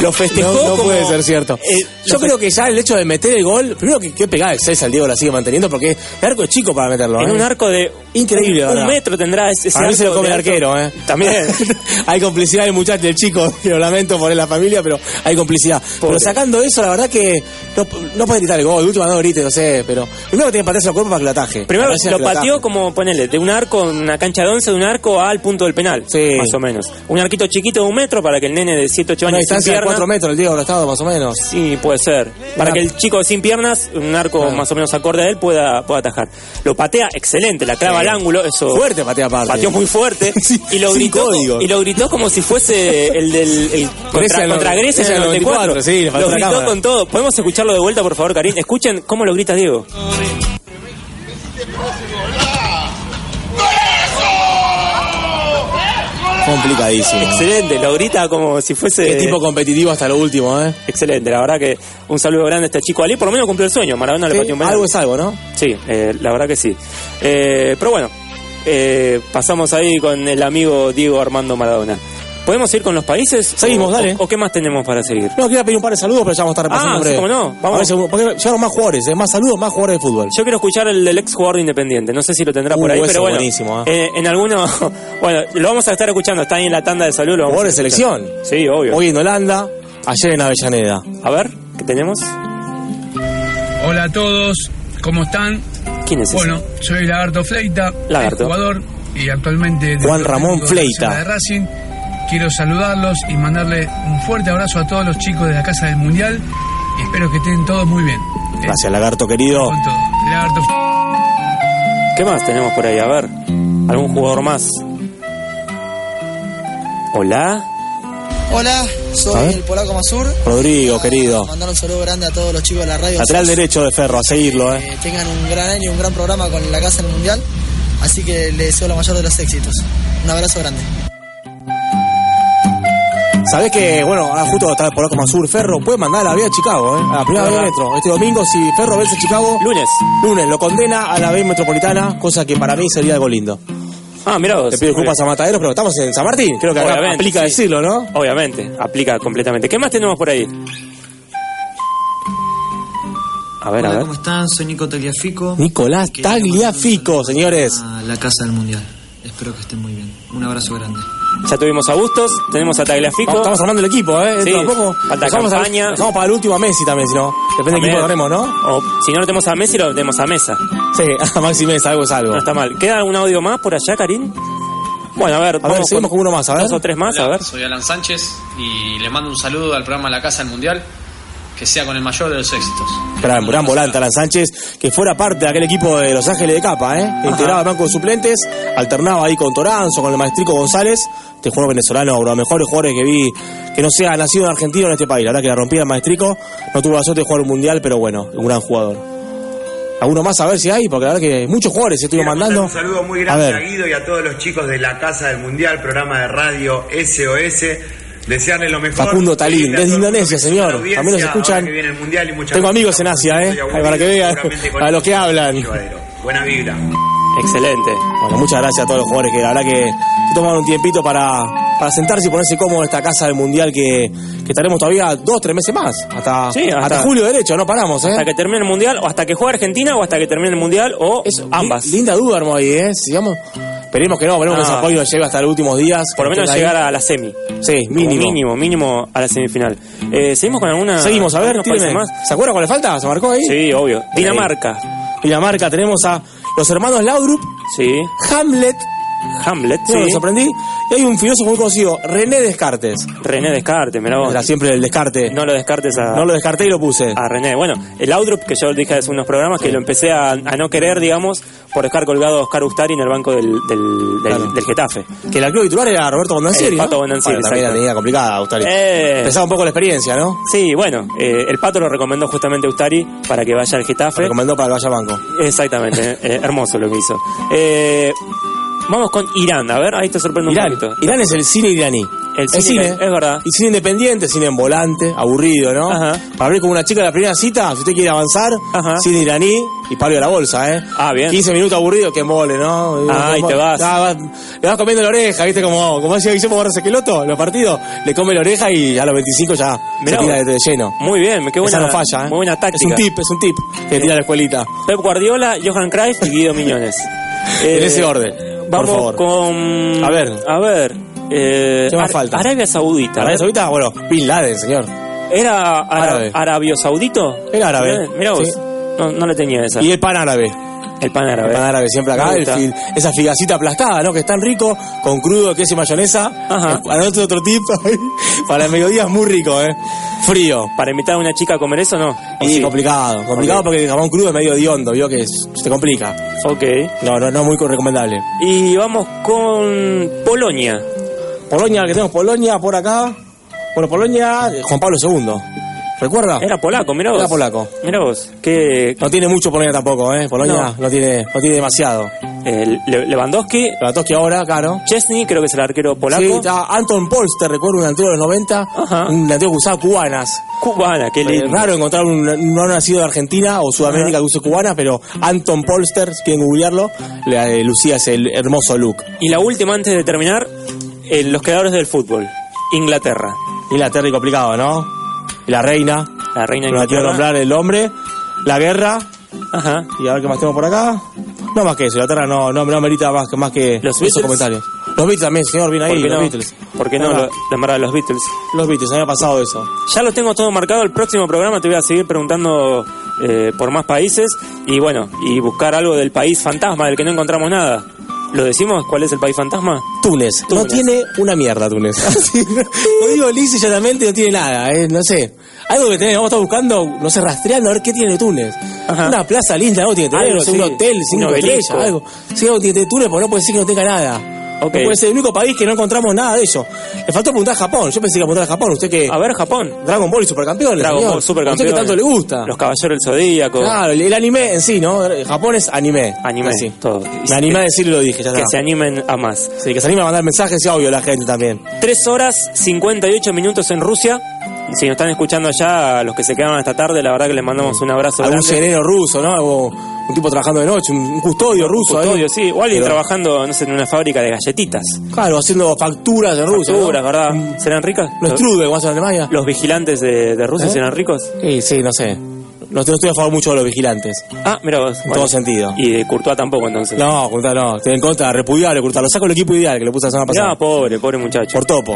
G: Lo festejó
F: No, no
G: como-
F: puede ser cierto. Yo creo que ya el hecho de meter el gol, primero que, que pegada excelsa el Diego la sigue manteniendo porque el arco es chico para meterlo.
G: En
F: ¿eh?
G: un arco de.
F: Increíble,
G: Un, un
F: ¿verdad?
G: metro tendrá ese, ese
F: A mí se lo
G: arco
F: come el
G: de alto-
F: arquero, ¿eh? [LAUGHS]
G: [LAUGHS] También.
F: hay complicidad del muchacho, del chico. [LAUGHS] Lo lamento por la familia, pero hay complicidad. Pero sacando eso, la verdad que no, no puede gritar el gol. Última no grite, no sé, pero primero que tiene que patearse los cuerpos para que lo ataje.
G: Primero
F: Para que
G: lo
F: lo ataje.
G: pateó como, ponele, de un arco, una cancha de once, de un arco al punto del penal. Más o menos. Un arquito chiquito de un metro para que el nene de 7, 8
F: Una
G: años. sin
F: distancia de
G: pierna-
F: 4 metros el Diego estado más o menos.
G: Sí, pues, puede ser.
F: Una-
G: Para que el chico sin piernas, un arco más o menos acorde a él, pueda, pueda atajar. Lo patea excelente, la clava
F: Sí.
G: al ángulo, eso.
F: Fuerte patea aparte.
G: Pateó
F: [LAUGHS]
G: muy fuerte y, lo
F: sin
G: gritó,
F: código.
G: y lo gritó como si fuese el del el
F: Grecia
G: contra,
F: del
G: contra
F: no-
G: Grecia en
F: Grecia
G: el
F: del
G: 94.
F: 94, sí, le faltó
G: lo
F: la
G: gritó
F: cámara.
G: con todo. ¿Podemos escucharlo de vuelta, por favor, Karim? Escuchen cómo lo grita Diego.
F: Complicadísimo.
G: Excelente, lo grita como si fuese.
F: Qué tipo competitivo hasta lo último, ¿eh?
G: Excelente, la verdad que un saludo grande a este chico Ali. Por lo menos cumplió el sueño. Maradona le
F: Sí,
G: pateó un penal.
F: algo es algo, ¿no?
G: Sí, eh, la verdad que sí. Eh, pero bueno, eh, pasamos ahí con el amigo Diego Armando Maradona. ¿Podemos ir con los países?
F: Seguimos,
G: ¿O-
F: dale.
G: ¿O, o qué más tenemos para seguir?
F: No, quería pedir un par de saludos, pero ya vamos a estar repasando.
G: Ah,
F: en
G: sí,
F: breve.
G: cómo no. Vamos.
F: A ver, seguro- porque llegaron más jugadores, ¿eh? más saludos, más jugadores de fútbol.
G: Yo quiero escuchar el del ex jugador de Independiente. No sé si lo tendrá
F: Uh,
G: por ahí,
F: ese
G: pero bueno.
F: buenísimo,
G: eh, en alguno. [LAUGHS] Bueno, lo vamos a estar escuchando. Está ahí en la tanda de salud. lo vamos
F: Jugador
G: a
F: de
G: escuchar.
F: selección.
G: Sí, obvio.
F: Hoy en Holanda, ayer en Avellaneda.
G: A ver, ¿qué tenemos?
C: Hola a todos, ¿cómo están?
G: ¿Quién es ese?
C: Bueno, soy Lagarto Fleita,
F: Lagarto.
C: jugador y actualmente
F: Juan
C: director
F: Ramón
C: técnico de la
F: Fleita.
C: Nacional de Racing. Quiero saludarlos y mandarle un fuerte abrazo a todos los chicos de la Casa del Mundial y espero que estén todos muy bien.
F: Gracias, lagarto querido.
C: Con todo. Lagarto
G: ¿Qué más tenemos por ahí? A ver, algún jugador más. Hola,
H: Hola,
F: A
H: soy
F: ver.
H: el Polaco Masur.
F: Rodrigo, querido.
H: Mandar un saludo grande a todos los chicos de la radio.
F: Lateral derecho de Ferro, a seguirlo, ¿eh?
H: Que tengan un gran año y un gran programa con la Casa del Mundial. Así que les deseo la mayor de los éxitos. Un abrazo grande.
F: Sabés que, bueno, ahora justo está por acá Sur, Ferro, puede mandar a la vía a Chicago, ¿eh? A la primera vía
G: Ajá.
F: metro. Este domingo, si Ferro vence a Chicago.
G: Lunes.
F: Lunes, lo condena a la vía metropolitana, cosa que para mí sería algo lindo.
G: Ah, mirá vos.
F: Te pido disculpas a
G: Muy bien.
F: Mataderos, pero estamos en San Martín. Creo que acá
G: Obviamente,
F: aplica
G: sí.
F: decirlo, ¿no?
G: Obviamente, aplica completamente. ¿Qué más tenemos por ahí? A ver, a
H: Hola,
G: ver.
H: ¿cómo están? Soy Nico Tagliafico.
F: Nicolás Tagliafico, señores.
H: A Ah, la Casa del Mundial. Espero que estén muy bien. Un abrazo grande.
G: Ya tuvimos a Bustos, tenemos a Tagliafico.
F: Vamos- Estamos armando el equipo, ¿eh?
G: Sí,
F: Dentro de poco.
G: falta
F: Nos vamos a-
G: campaña.
F: nos vamos para el último a Messi también, si no. Depende del equipo que
G: También.
F: agarremos, ¿no?
G: O, si no lo tenemos a Messi, lo tenemos a Mesa.
F: Sí, [LAUGHS] a Maxi Mesa, algo es algo.
G: No está mal. ¿Queda algún audio más por allá, Karim? Bueno, a ver,
F: A ver, seguimos con uno más, a ver.
G: Dos o tres más,
V: Hola,
G: a ver.
V: Soy Alan Sánchez y le mando un saludo al programa La Casa del Mundial. Que sea con el mayor de los éxitos.
F: Gran, gran volante, Alan Sánchez, que fuera parte de aquel equipo de Los Ángeles de Capa, ¿eh? Que Integraba el banco de suplentes, alternaba ahí con Toranzo, con el maestrico González. Este jugador venezolano, uno de los mejores jugadores que vi, que no sea nacido en Argentina o en este país. La verdad que la rompía el maestrico. No tuvo la suerte de jugar un mundial, pero bueno, un gran jugador. ¿Alguno más a ver si hay? Porque la verdad que muchos jugadores se estuvieron
W: Quiero mandar
F: mandando.
W: Un saludo muy
F: A
W: grande
F: ver.
W: a, Guido y a todos los chicos de la Casa del Mundial, programa de radio SOS. Desearles lo mejor.
F: Facundo Talín,
W: Feliz a
F: desde
W: todos
F: Indonesia,
W: los que escuchan
F: señor.
W: la
F: También nos
W: audiencia,
F: escuchan.
W: ahora que viene el Mundial y muchas
F: Tengo
W: gracias.
F: amigos en Asia, ¿eh?
W: Estoy
F: Ay, Para que
W: aburrido,
F: vean,
W: seguramente con
F: [LAUGHS] a los que hablan.
W: Buena vibra.
G: Excelente.
F: Bueno, muchas gracias a todos los jugadores que la verdad que se tomaron un tiempito para, para sentarse y ponerse cómodo en esta casa del mundial que, que estaremos todavía dos, tres meses más. Hasta,
G: Sí, hasta-
F: hasta julio derecho, no paramos, ¿eh?
G: Hasta que termine el mundial, o hasta que juegue Argentina, o hasta que termine el mundial, o ambas.
F: Linda duda, hermano, ahí, ¿eh? Digamos, Esperemos que no, esperemos que
G: No.
F: San Paoli nos lleve hasta los últimos días.
G: Por lo menos
F: Ahí.
G: llegar a la semi.
F: Sí,
G: Como
F: mínimo.
G: Mínimo, mínimo a la semifinal. Eh, ¿Seguimos con alguna?
F: Seguimos, a ver,
G: ¿Nos parece
F: tíreme.
G: más?
F: ¿Se acuerda cuál le falta? ¿Se marcó ahí?
G: Sí, obvio.
F: Por ahí.
G: Dinamarca.
F: Dinamarca, tenemos a los hermanos Laudrup,
G: Sí.
F: Hamlet,
G: Hamlet,
F: yo me
G: sí.
F: sorprendí, y hay un filósofo muy conocido, René Descartes.
G: René Descartes, mirá vos.
F: Era siempre el descarte.
G: No lo descartes a...
F: No lo descarté y lo puse.
G: a René. Bueno, el Outrup, que yo dije hace unos programas, que lo empecé a, a no querer, digamos, por dejar colgado a Oscar Ustari en el banco del, del, del- del Getafe.
F: Que el arquero titular era Roberto Bondancieri.
G: El Pato
F: ¿no?
G: Bondancieri,
F: Bueno, también la
G: exacto.
F: tenía complicada, Austari.
G: Eh.
F: Pesaba un poco la experiencia, ¿no?
G: Sí, bueno, eh, el Pato lo recomendó justamente a Ustari para que vaya al Getafe.
F: Recomendó para que vaya a banco.
G: Exactamente, [LAUGHS] eh, eh, hermoso lo que hizo. Eh, vamos con Irán, a ver, ahí te sorprende
F: Irán.
G: un poquito.
F: Irán es el cine iraní.
G: El cine iraní, es verdad.
F: Y cine independiente, cine en volante, aburrido, ¿no?
G: Ajá.
F: Para ver con una chica la primera cita, si usted quiere avanzar,
G: Ajá.
F: cine iraní y palo a la bolsa, ¿eh?
G: Ah, bien.
F: 15 minutos aburrido, que mole, ¿no?
G: Ah,
F: Como-
G: y te vas.
F: Ah, vas- Le vas comiendo la oreja, ¿viste? Como, como decía Guillermo Barros Esqueloto, los partidos, le come la oreja y a los 25 ya
G: Mirá
F: se tira de,
G: vos.
F: de lleno.
G: Muy bien, qué buena,
F: Esa no falla, ¿eh?
G: muy buena
F: Es
G: táctica.
F: un tip, es un tip que tira la escuelita.
G: Pep Guardiola, Johan Cruyff y Guido Miñones.
F: [LAUGHS]
G: Eh,
F: En ese orden, por
G: Vamos
F: favor.
G: con...
F: A ver.
G: A ver. eh,
F: ¿Qué más
G: Ar-
F: falta?
G: Arabia Saudita.
F: ¿Arabia Saudita? Bueno, Bin Laden, señor.
G: ¿Era ara-
F: Árabe.
G: Arabio Saudito?
F: Era árabe.
G: Mira vos.
F: Sí.
G: No, no le tenía esa.
F: Y el pan árabe.
G: El pan árabe.
F: El pan árabe siempre acá,
G: Me
F: el
G: gusta.
F: fil- esa figacita aplastada, ¿no? Que es tan rico, con crudo, queso y mayonesa. Eh,
G: Ajá.
F: Para otro, otro tip, [LAUGHS] para el mediodía es muy rico, ¿eh? Frío.
G: ¿Para invitar a una chica a comer eso no? ¿O
F: Y
G: sí?
F: complicado, complicado
G: Ok.
F: porque el jamón crudo es medio hediondo, vio que es- se te complica.
G: Ok.
F: No, no, no es muy recomendable.
G: Y vamos con Polonia.
F: Polonia, que tenemos Polonia por acá. Bueno, Polonia, eh, Juan Pablo II. ¿Recuerda?
G: Era polaco, mirá vos.
F: Era polaco.
G: Mirá vos. Que
F: No tiene mucho Polonia tampoco, ¿eh? Polonia no,
G: No.
F: tiene, no tiene demasiado.
G: eh, Le- Lewandowski,
F: La Toski ahora, claro.
G: Chesney, creo que es el arquero polaco.
F: Sí, está Anton Polster, recuerdo un delantero de los 90,
G: Ajá.
F: un delantero que usaba cubanas.
G: Cubana, qué
F: Es
G: lindo.
F: raro encontrar un, un no nacido de Argentina o Sudamérica
G: Ajá.
F: que use cubanas, pero Anton Polster, si quieren googlearlo, le, eh, lucía ese el hermoso look.
G: Y la última antes de terminar, eh, los creadores del fútbol. Inglaterra.
F: Inglaterra y complicado, ¿no? Y la reina,
G: La reina
F: que no la quiero
G: Inglaterra.
F: nombrar el hombre, la guerra,
G: Ajá.
F: y a ver qué más tengo por acá. No más que eso, Inglaterra no, no, no merita más, que- más que
G: Los
F: esos
G: Beatles.
F: comentarios. Los Beatles también, señor, viene ahí,
G: ¿Por qué
F: los
G: no?
F: Beatles.
G: ¿Por qué no?
F: Ah,
G: Lo- la marca de los Beatles.
F: Los Beatles, había pasado eso.
G: Ya lo tengo todo marcado. El próximo programa te voy a seguir preguntando eh, por más países y bueno, y buscar algo del país fantasma del que no encontramos nada. ¿Lo decimos? ¿Cuál es el país fantasma?
F: Túnez. No
G: Túnez.
F: tiene una mierda
G: [LAUGHS]
F: Túnez. Sí, no- Lo digo lisa y llanamente, no tiene nada, eh, no sé. Algo que tenemos, vamos a estar buscando, no sé, rastreando a ver qué tiene Túnez.
G: Ajá.
F: Una plaza linda, algo tiene que tener,
G: Algo,
F: no sé, un
G: sí.
F: hotel, cinco
G: Un obelisco.
F: estrellas, algo. Sí, algo tiene que tener Túnez, porque no puede decir que no tenga nada.
G: Ok.
F: No puede ser el único país que no encontramos nada de eso. Le faltó apuntar a Japón, yo pensé que apuntar a Japón, usted que...
G: A ver, Japón.
F: Dragon Ball y Supercampeones,
G: Dragon
F: señor.
G: Ball, supercampeón.
F: Usted que tanto le gusta.
G: Los Caballeros del Zodíaco.
F: Claro, el el anime en sí, ¿no? Eh, Japón es anime.
G: Anime,
F: Así.
G: todo.
F: Me animé a decirlo y lo dije, ya
G: Que
F: está.
G: se animen a más.
F: Sí, que se anime a mandar mensajes y obvio la gente también.
G: 3 horas 58 minutos en Rusia. Y Si nos están escuchando allá, a los que se quedaron hasta tarde, la verdad que les mandamos un abrazo
F: Algún
G: grande.
F: sereno ruso, ¿no? O un tipo trabajando de noche, un, un custodio ruso. ¿eh?
G: Custodio,
F: algo.
G: sí. O alguien
F: Pero-
G: trabajando, no sé, en una fábrica de galletitas.
F: Claro, haciendo facturas de Rusia.
G: Facturas,
F: ¿no? Mm.
G: ¿verdad? ¿Serán ricas?
F: Los Strudel, como hacen en Alemania.
G: ¿Los vigilantes de, de Rusia
F: ¿Eh?
G: serán ricos?
F: Sí, sí, no sé. No, estoy- no estoy a favor mucho de los vigilantes.
G: Ah, mira vos.
F: En todo sentido.
G: Y de Courtois tampoco, entonces.
F: No, Curta, no. Estoy en contra, repudiable, Curta. Lo saco el equipo ideal que le puse la semana pasada.
G: Mirá, pobre, pobre muchacho.
F: Por topo.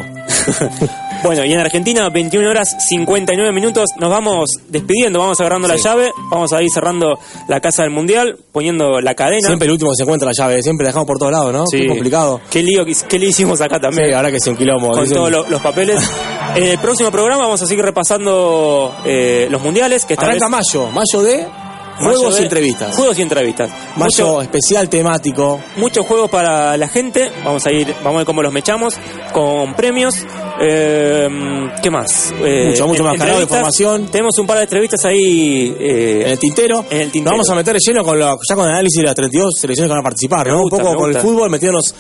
G: Bueno, y en Argentina, 21 horas 59 minutos. Nos vamos despidiendo, vamos agarrando la
F: Sí.
G: llave, vamos a ir cerrando la casa del mundial, poniendo la cadena.
F: Siempre el último que se encuentra la llave, siempre la dejamos por todos lados, ¿no?
G: Sí.
F: Qué complicado.
G: Qué lío, que- qué lío hicimos acá también.
F: Sí, ahora que es un quilombo.
G: con
F: dicen-
G: todos lo-
F: [LAUGHS]
G: los papeles. En el próximo programa vamos a seguir repasando eh, los mundiales. Que esta
F: Arranca
G: vez-
F: mayo, mayo de
G: mayo
F: juegos
G: de-
F: y entrevistas.
G: Juegos y entrevistas.
F: Mayo
G: Mucho-
F: especial temático.
G: Muchos juegos para la gente. Vamos a ir, vamos a ver cómo los mechamos con premios. Eh, ¿Qué más? Eh,
F: Mucho, mucho más, cargado de
G: entrevistas.
F: información.
G: Tenemos un par de entrevistas ahí. eh,
F: en el tintero.
G: en el
F: Nos
G: tintero.
F: vamos a meter de lleno con la- ya con el análisis de las 32 selecciones que van a participar, ¿no?
G: gusta,
F: un poco
G: me
F: con el
G: gusta.
F: fútbol, metiéndonos.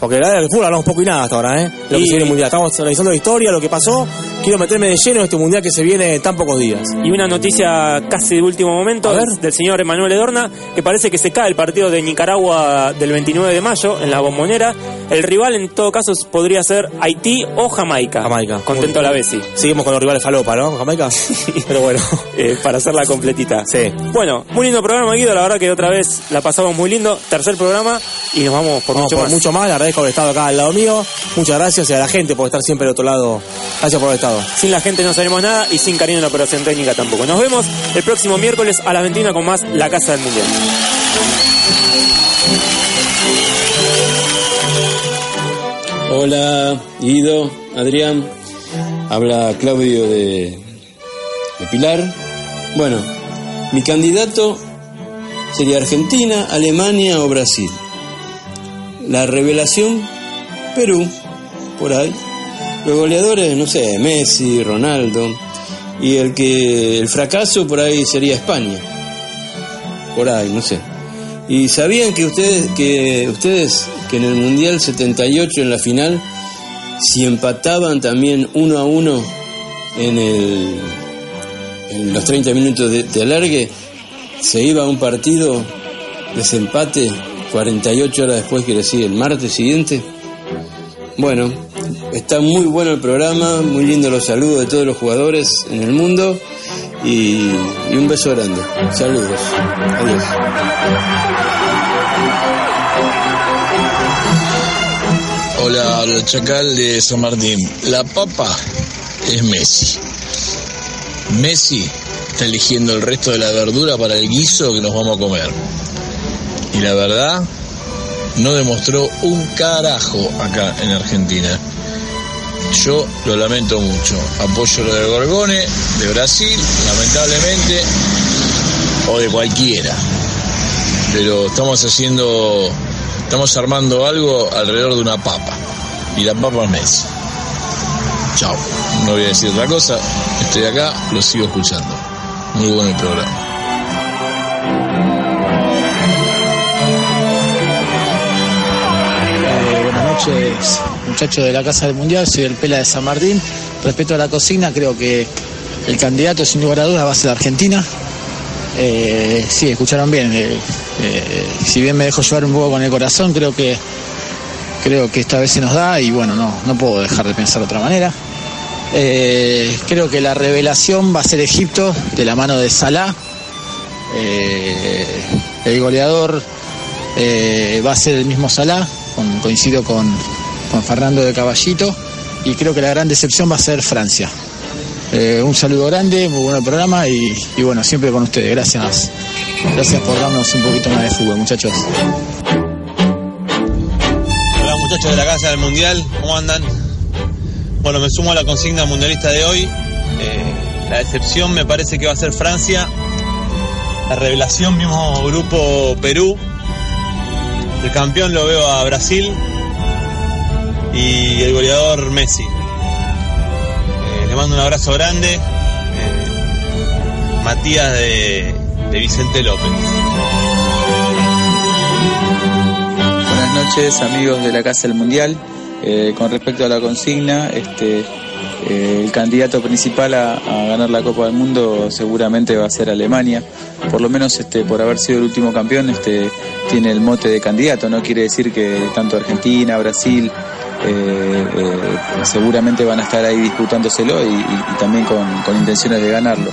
F: Porque la verdad del fútbol hablamos poco y nada hasta ahora, ¿eh? Lo que
G: Y-
F: se viene mundial. Estamos analizando la historia, lo que pasó, Quiero meterme de lleno en este mundial que se viene tan pocos días.
G: Y una noticia casi de último momento es del señor Emanuel Edorna, que parece que se cae el partido de Nicaragua del 29 de mayo en la bombonera. El rival en todo caso podría ser Haití o Jamaica. Jamaica. Contento a la vez, sí.
F: Seguimos con los rivales falopa, ¿no? Jamaica. [LAUGHS]
G: Pero bueno, [LAUGHS] eh, para hacerla completita. Sí. Bueno, muy lindo programa, Guido. La verdad que otra vez la pasamos muy lindo. Tercer programa y nos vamos por
F: Vamos
G: mucho
F: por
G: más.
F: mucho más. Le agradezco haber estado acá al lado mío. Muchas gracias y a la gente por estar siempre al otro lado. Gracias por haber estado.
G: Sin la gente no sabemos nada y sin cariño en la operación técnica tampoco. Nos vemos el próximo miércoles a las 21 con más La Casa del Mundial.
I: Hola, Guido, Adrián. Habla Claudio de, de Pilar. Bueno, mi candidato sería Argentina, Alemania o Brasil. La revelación, Perú, por ahí. Los goleadores, no sé, Messi, Ronaldo. Y el que el fracaso por ahí sería España. Por ahí, no sé. ¿Y sabían que ustedes que ustedes que en el Mundial 78 en la final si empataban también uno a uno en, el, en los 30 minutos de, de alargue se iba a un partido desempate 48 horas después que decir el martes siguiente? Bueno, está muy bueno el programa, muy lindo los saludos de todos los jugadores en el mundo y, y un beso grande. Saludos. Adiós.
X: Hola, los chacal de San Martín. La papa es Messi. Messi está eligiendo el resto de la verdura para el guiso que nos vamos a comer. Y la verdad, no demostró un carajo acá en Argentina. Yo lo lamento mucho. Apoyo lo de Gorgone, de Brasil, lamentablemente, o de cualquiera. Pero estamos haciendo, estamos armando algo alrededor de una papa. Y la papa es Messi. Chao. No voy a decir otra cosa. Estoy acá, lo sigo escuchando. Muy bueno el programa.
Y: Eh, buenas noches, muchachos de la Casa del Mundial, soy el Pela de San Martín. Respecto a la cocina, creo que el candidato sin lugar a dudas va a ser Argentina. Eh, sí, escucharon bien. eh, eh, si bien me dejo llevar un poco con el corazón, creo que creo que esta vez se nos da y bueno, no, no puedo dejar de pensar de otra manera. Eh, creo que la revelación va a ser Egipto de la mano de Salah. Eh, el goleador eh, va a ser el mismo Salah, con- coincido con, con Fernando de Caballito, y creo que la gran decepción va a ser Francia. Eh, un saludo grande, muy buen programa y, y bueno, siempre con ustedes. Gracias. Gracias por darnos un poquito más de fútbol, muchachos.
N: Hola muchachos de la Casa del Mundial, ¿cómo andan? Bueno, me sumo a la consigna mundialista de hoy. Eh, la decepción me parece que va a ser Francia. La revelación mismo grupo Perú. El campeón lo veo a Brasil. Y el goleador Messi. Eh, le mando un abrazo grande. Eh, Matías de, de Vicente López.
Z: Buenas noches, amigos de la Casa del Mundial. Eh, con respecto a la consigna, este, eh, el candidato principal a, a ganar la Copa del Mundo seguramente va a ser Alemania. Por lo menos este, por haber sido el último campeón, este, tiene el mote de candidato. No quiere decir que tanto Argentina, Brasil, eh, eh, seguramente van a estar ahí disputándoselo y, y- y también con- con intenciones de ganarlo.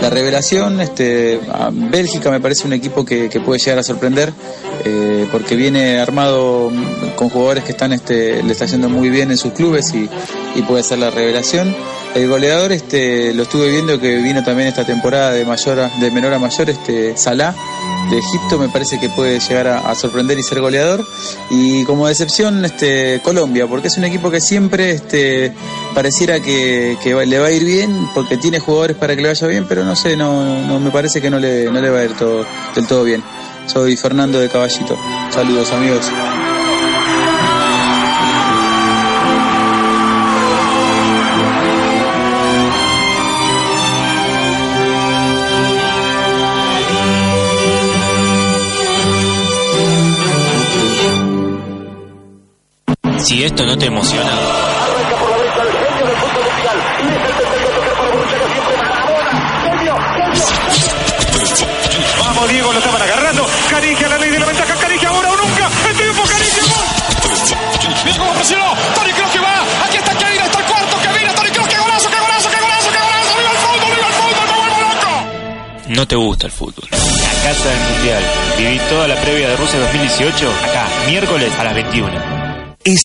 Z: La revelación, este, a Bélgica me parece un equipo que, que puede llegar a sorprender eh, porque viene armado mm, con jugadores que están, este, le está yendo muy bien en sus clubes y, y puede ser la revelación. El goleador, este, lo estuve viendo que vino también esta temporada de mayor a- de menor a mayor, este, Salah de Egipto me parece que puede llegar a, a sorprender y ser goleador y como decepción este Colombia porque es un equipo que siempre este pareciera que, que va- le va a ir bien porque tiene jugadores para que le vaya bien pero no sé no, no me parece que no le, no le va a ir todo, del todo bien soy Fernando de Caballito saludos amigos
B: Si esto no te emociona,
D: Diego, lo estaban agarrando. Canigia, la ley de la ventaja. Canigia, ahora o nunca. El triunfo, Canigia, gol. Mira cómo presionó. Tony Kroos que va. Aquí está Keira, está el cuarto. Que mira, Tony Kroos, qué golazo, qué golazo, qué golazo, qué golazo. ¡Viva el fútbol, viva el fútbol! ¡Me vuelvo loco!
G: No te gusta el fútbol. La Casa del Mundial. Viví toda la previa de Rusia 2018 acá, miércoles a las 21.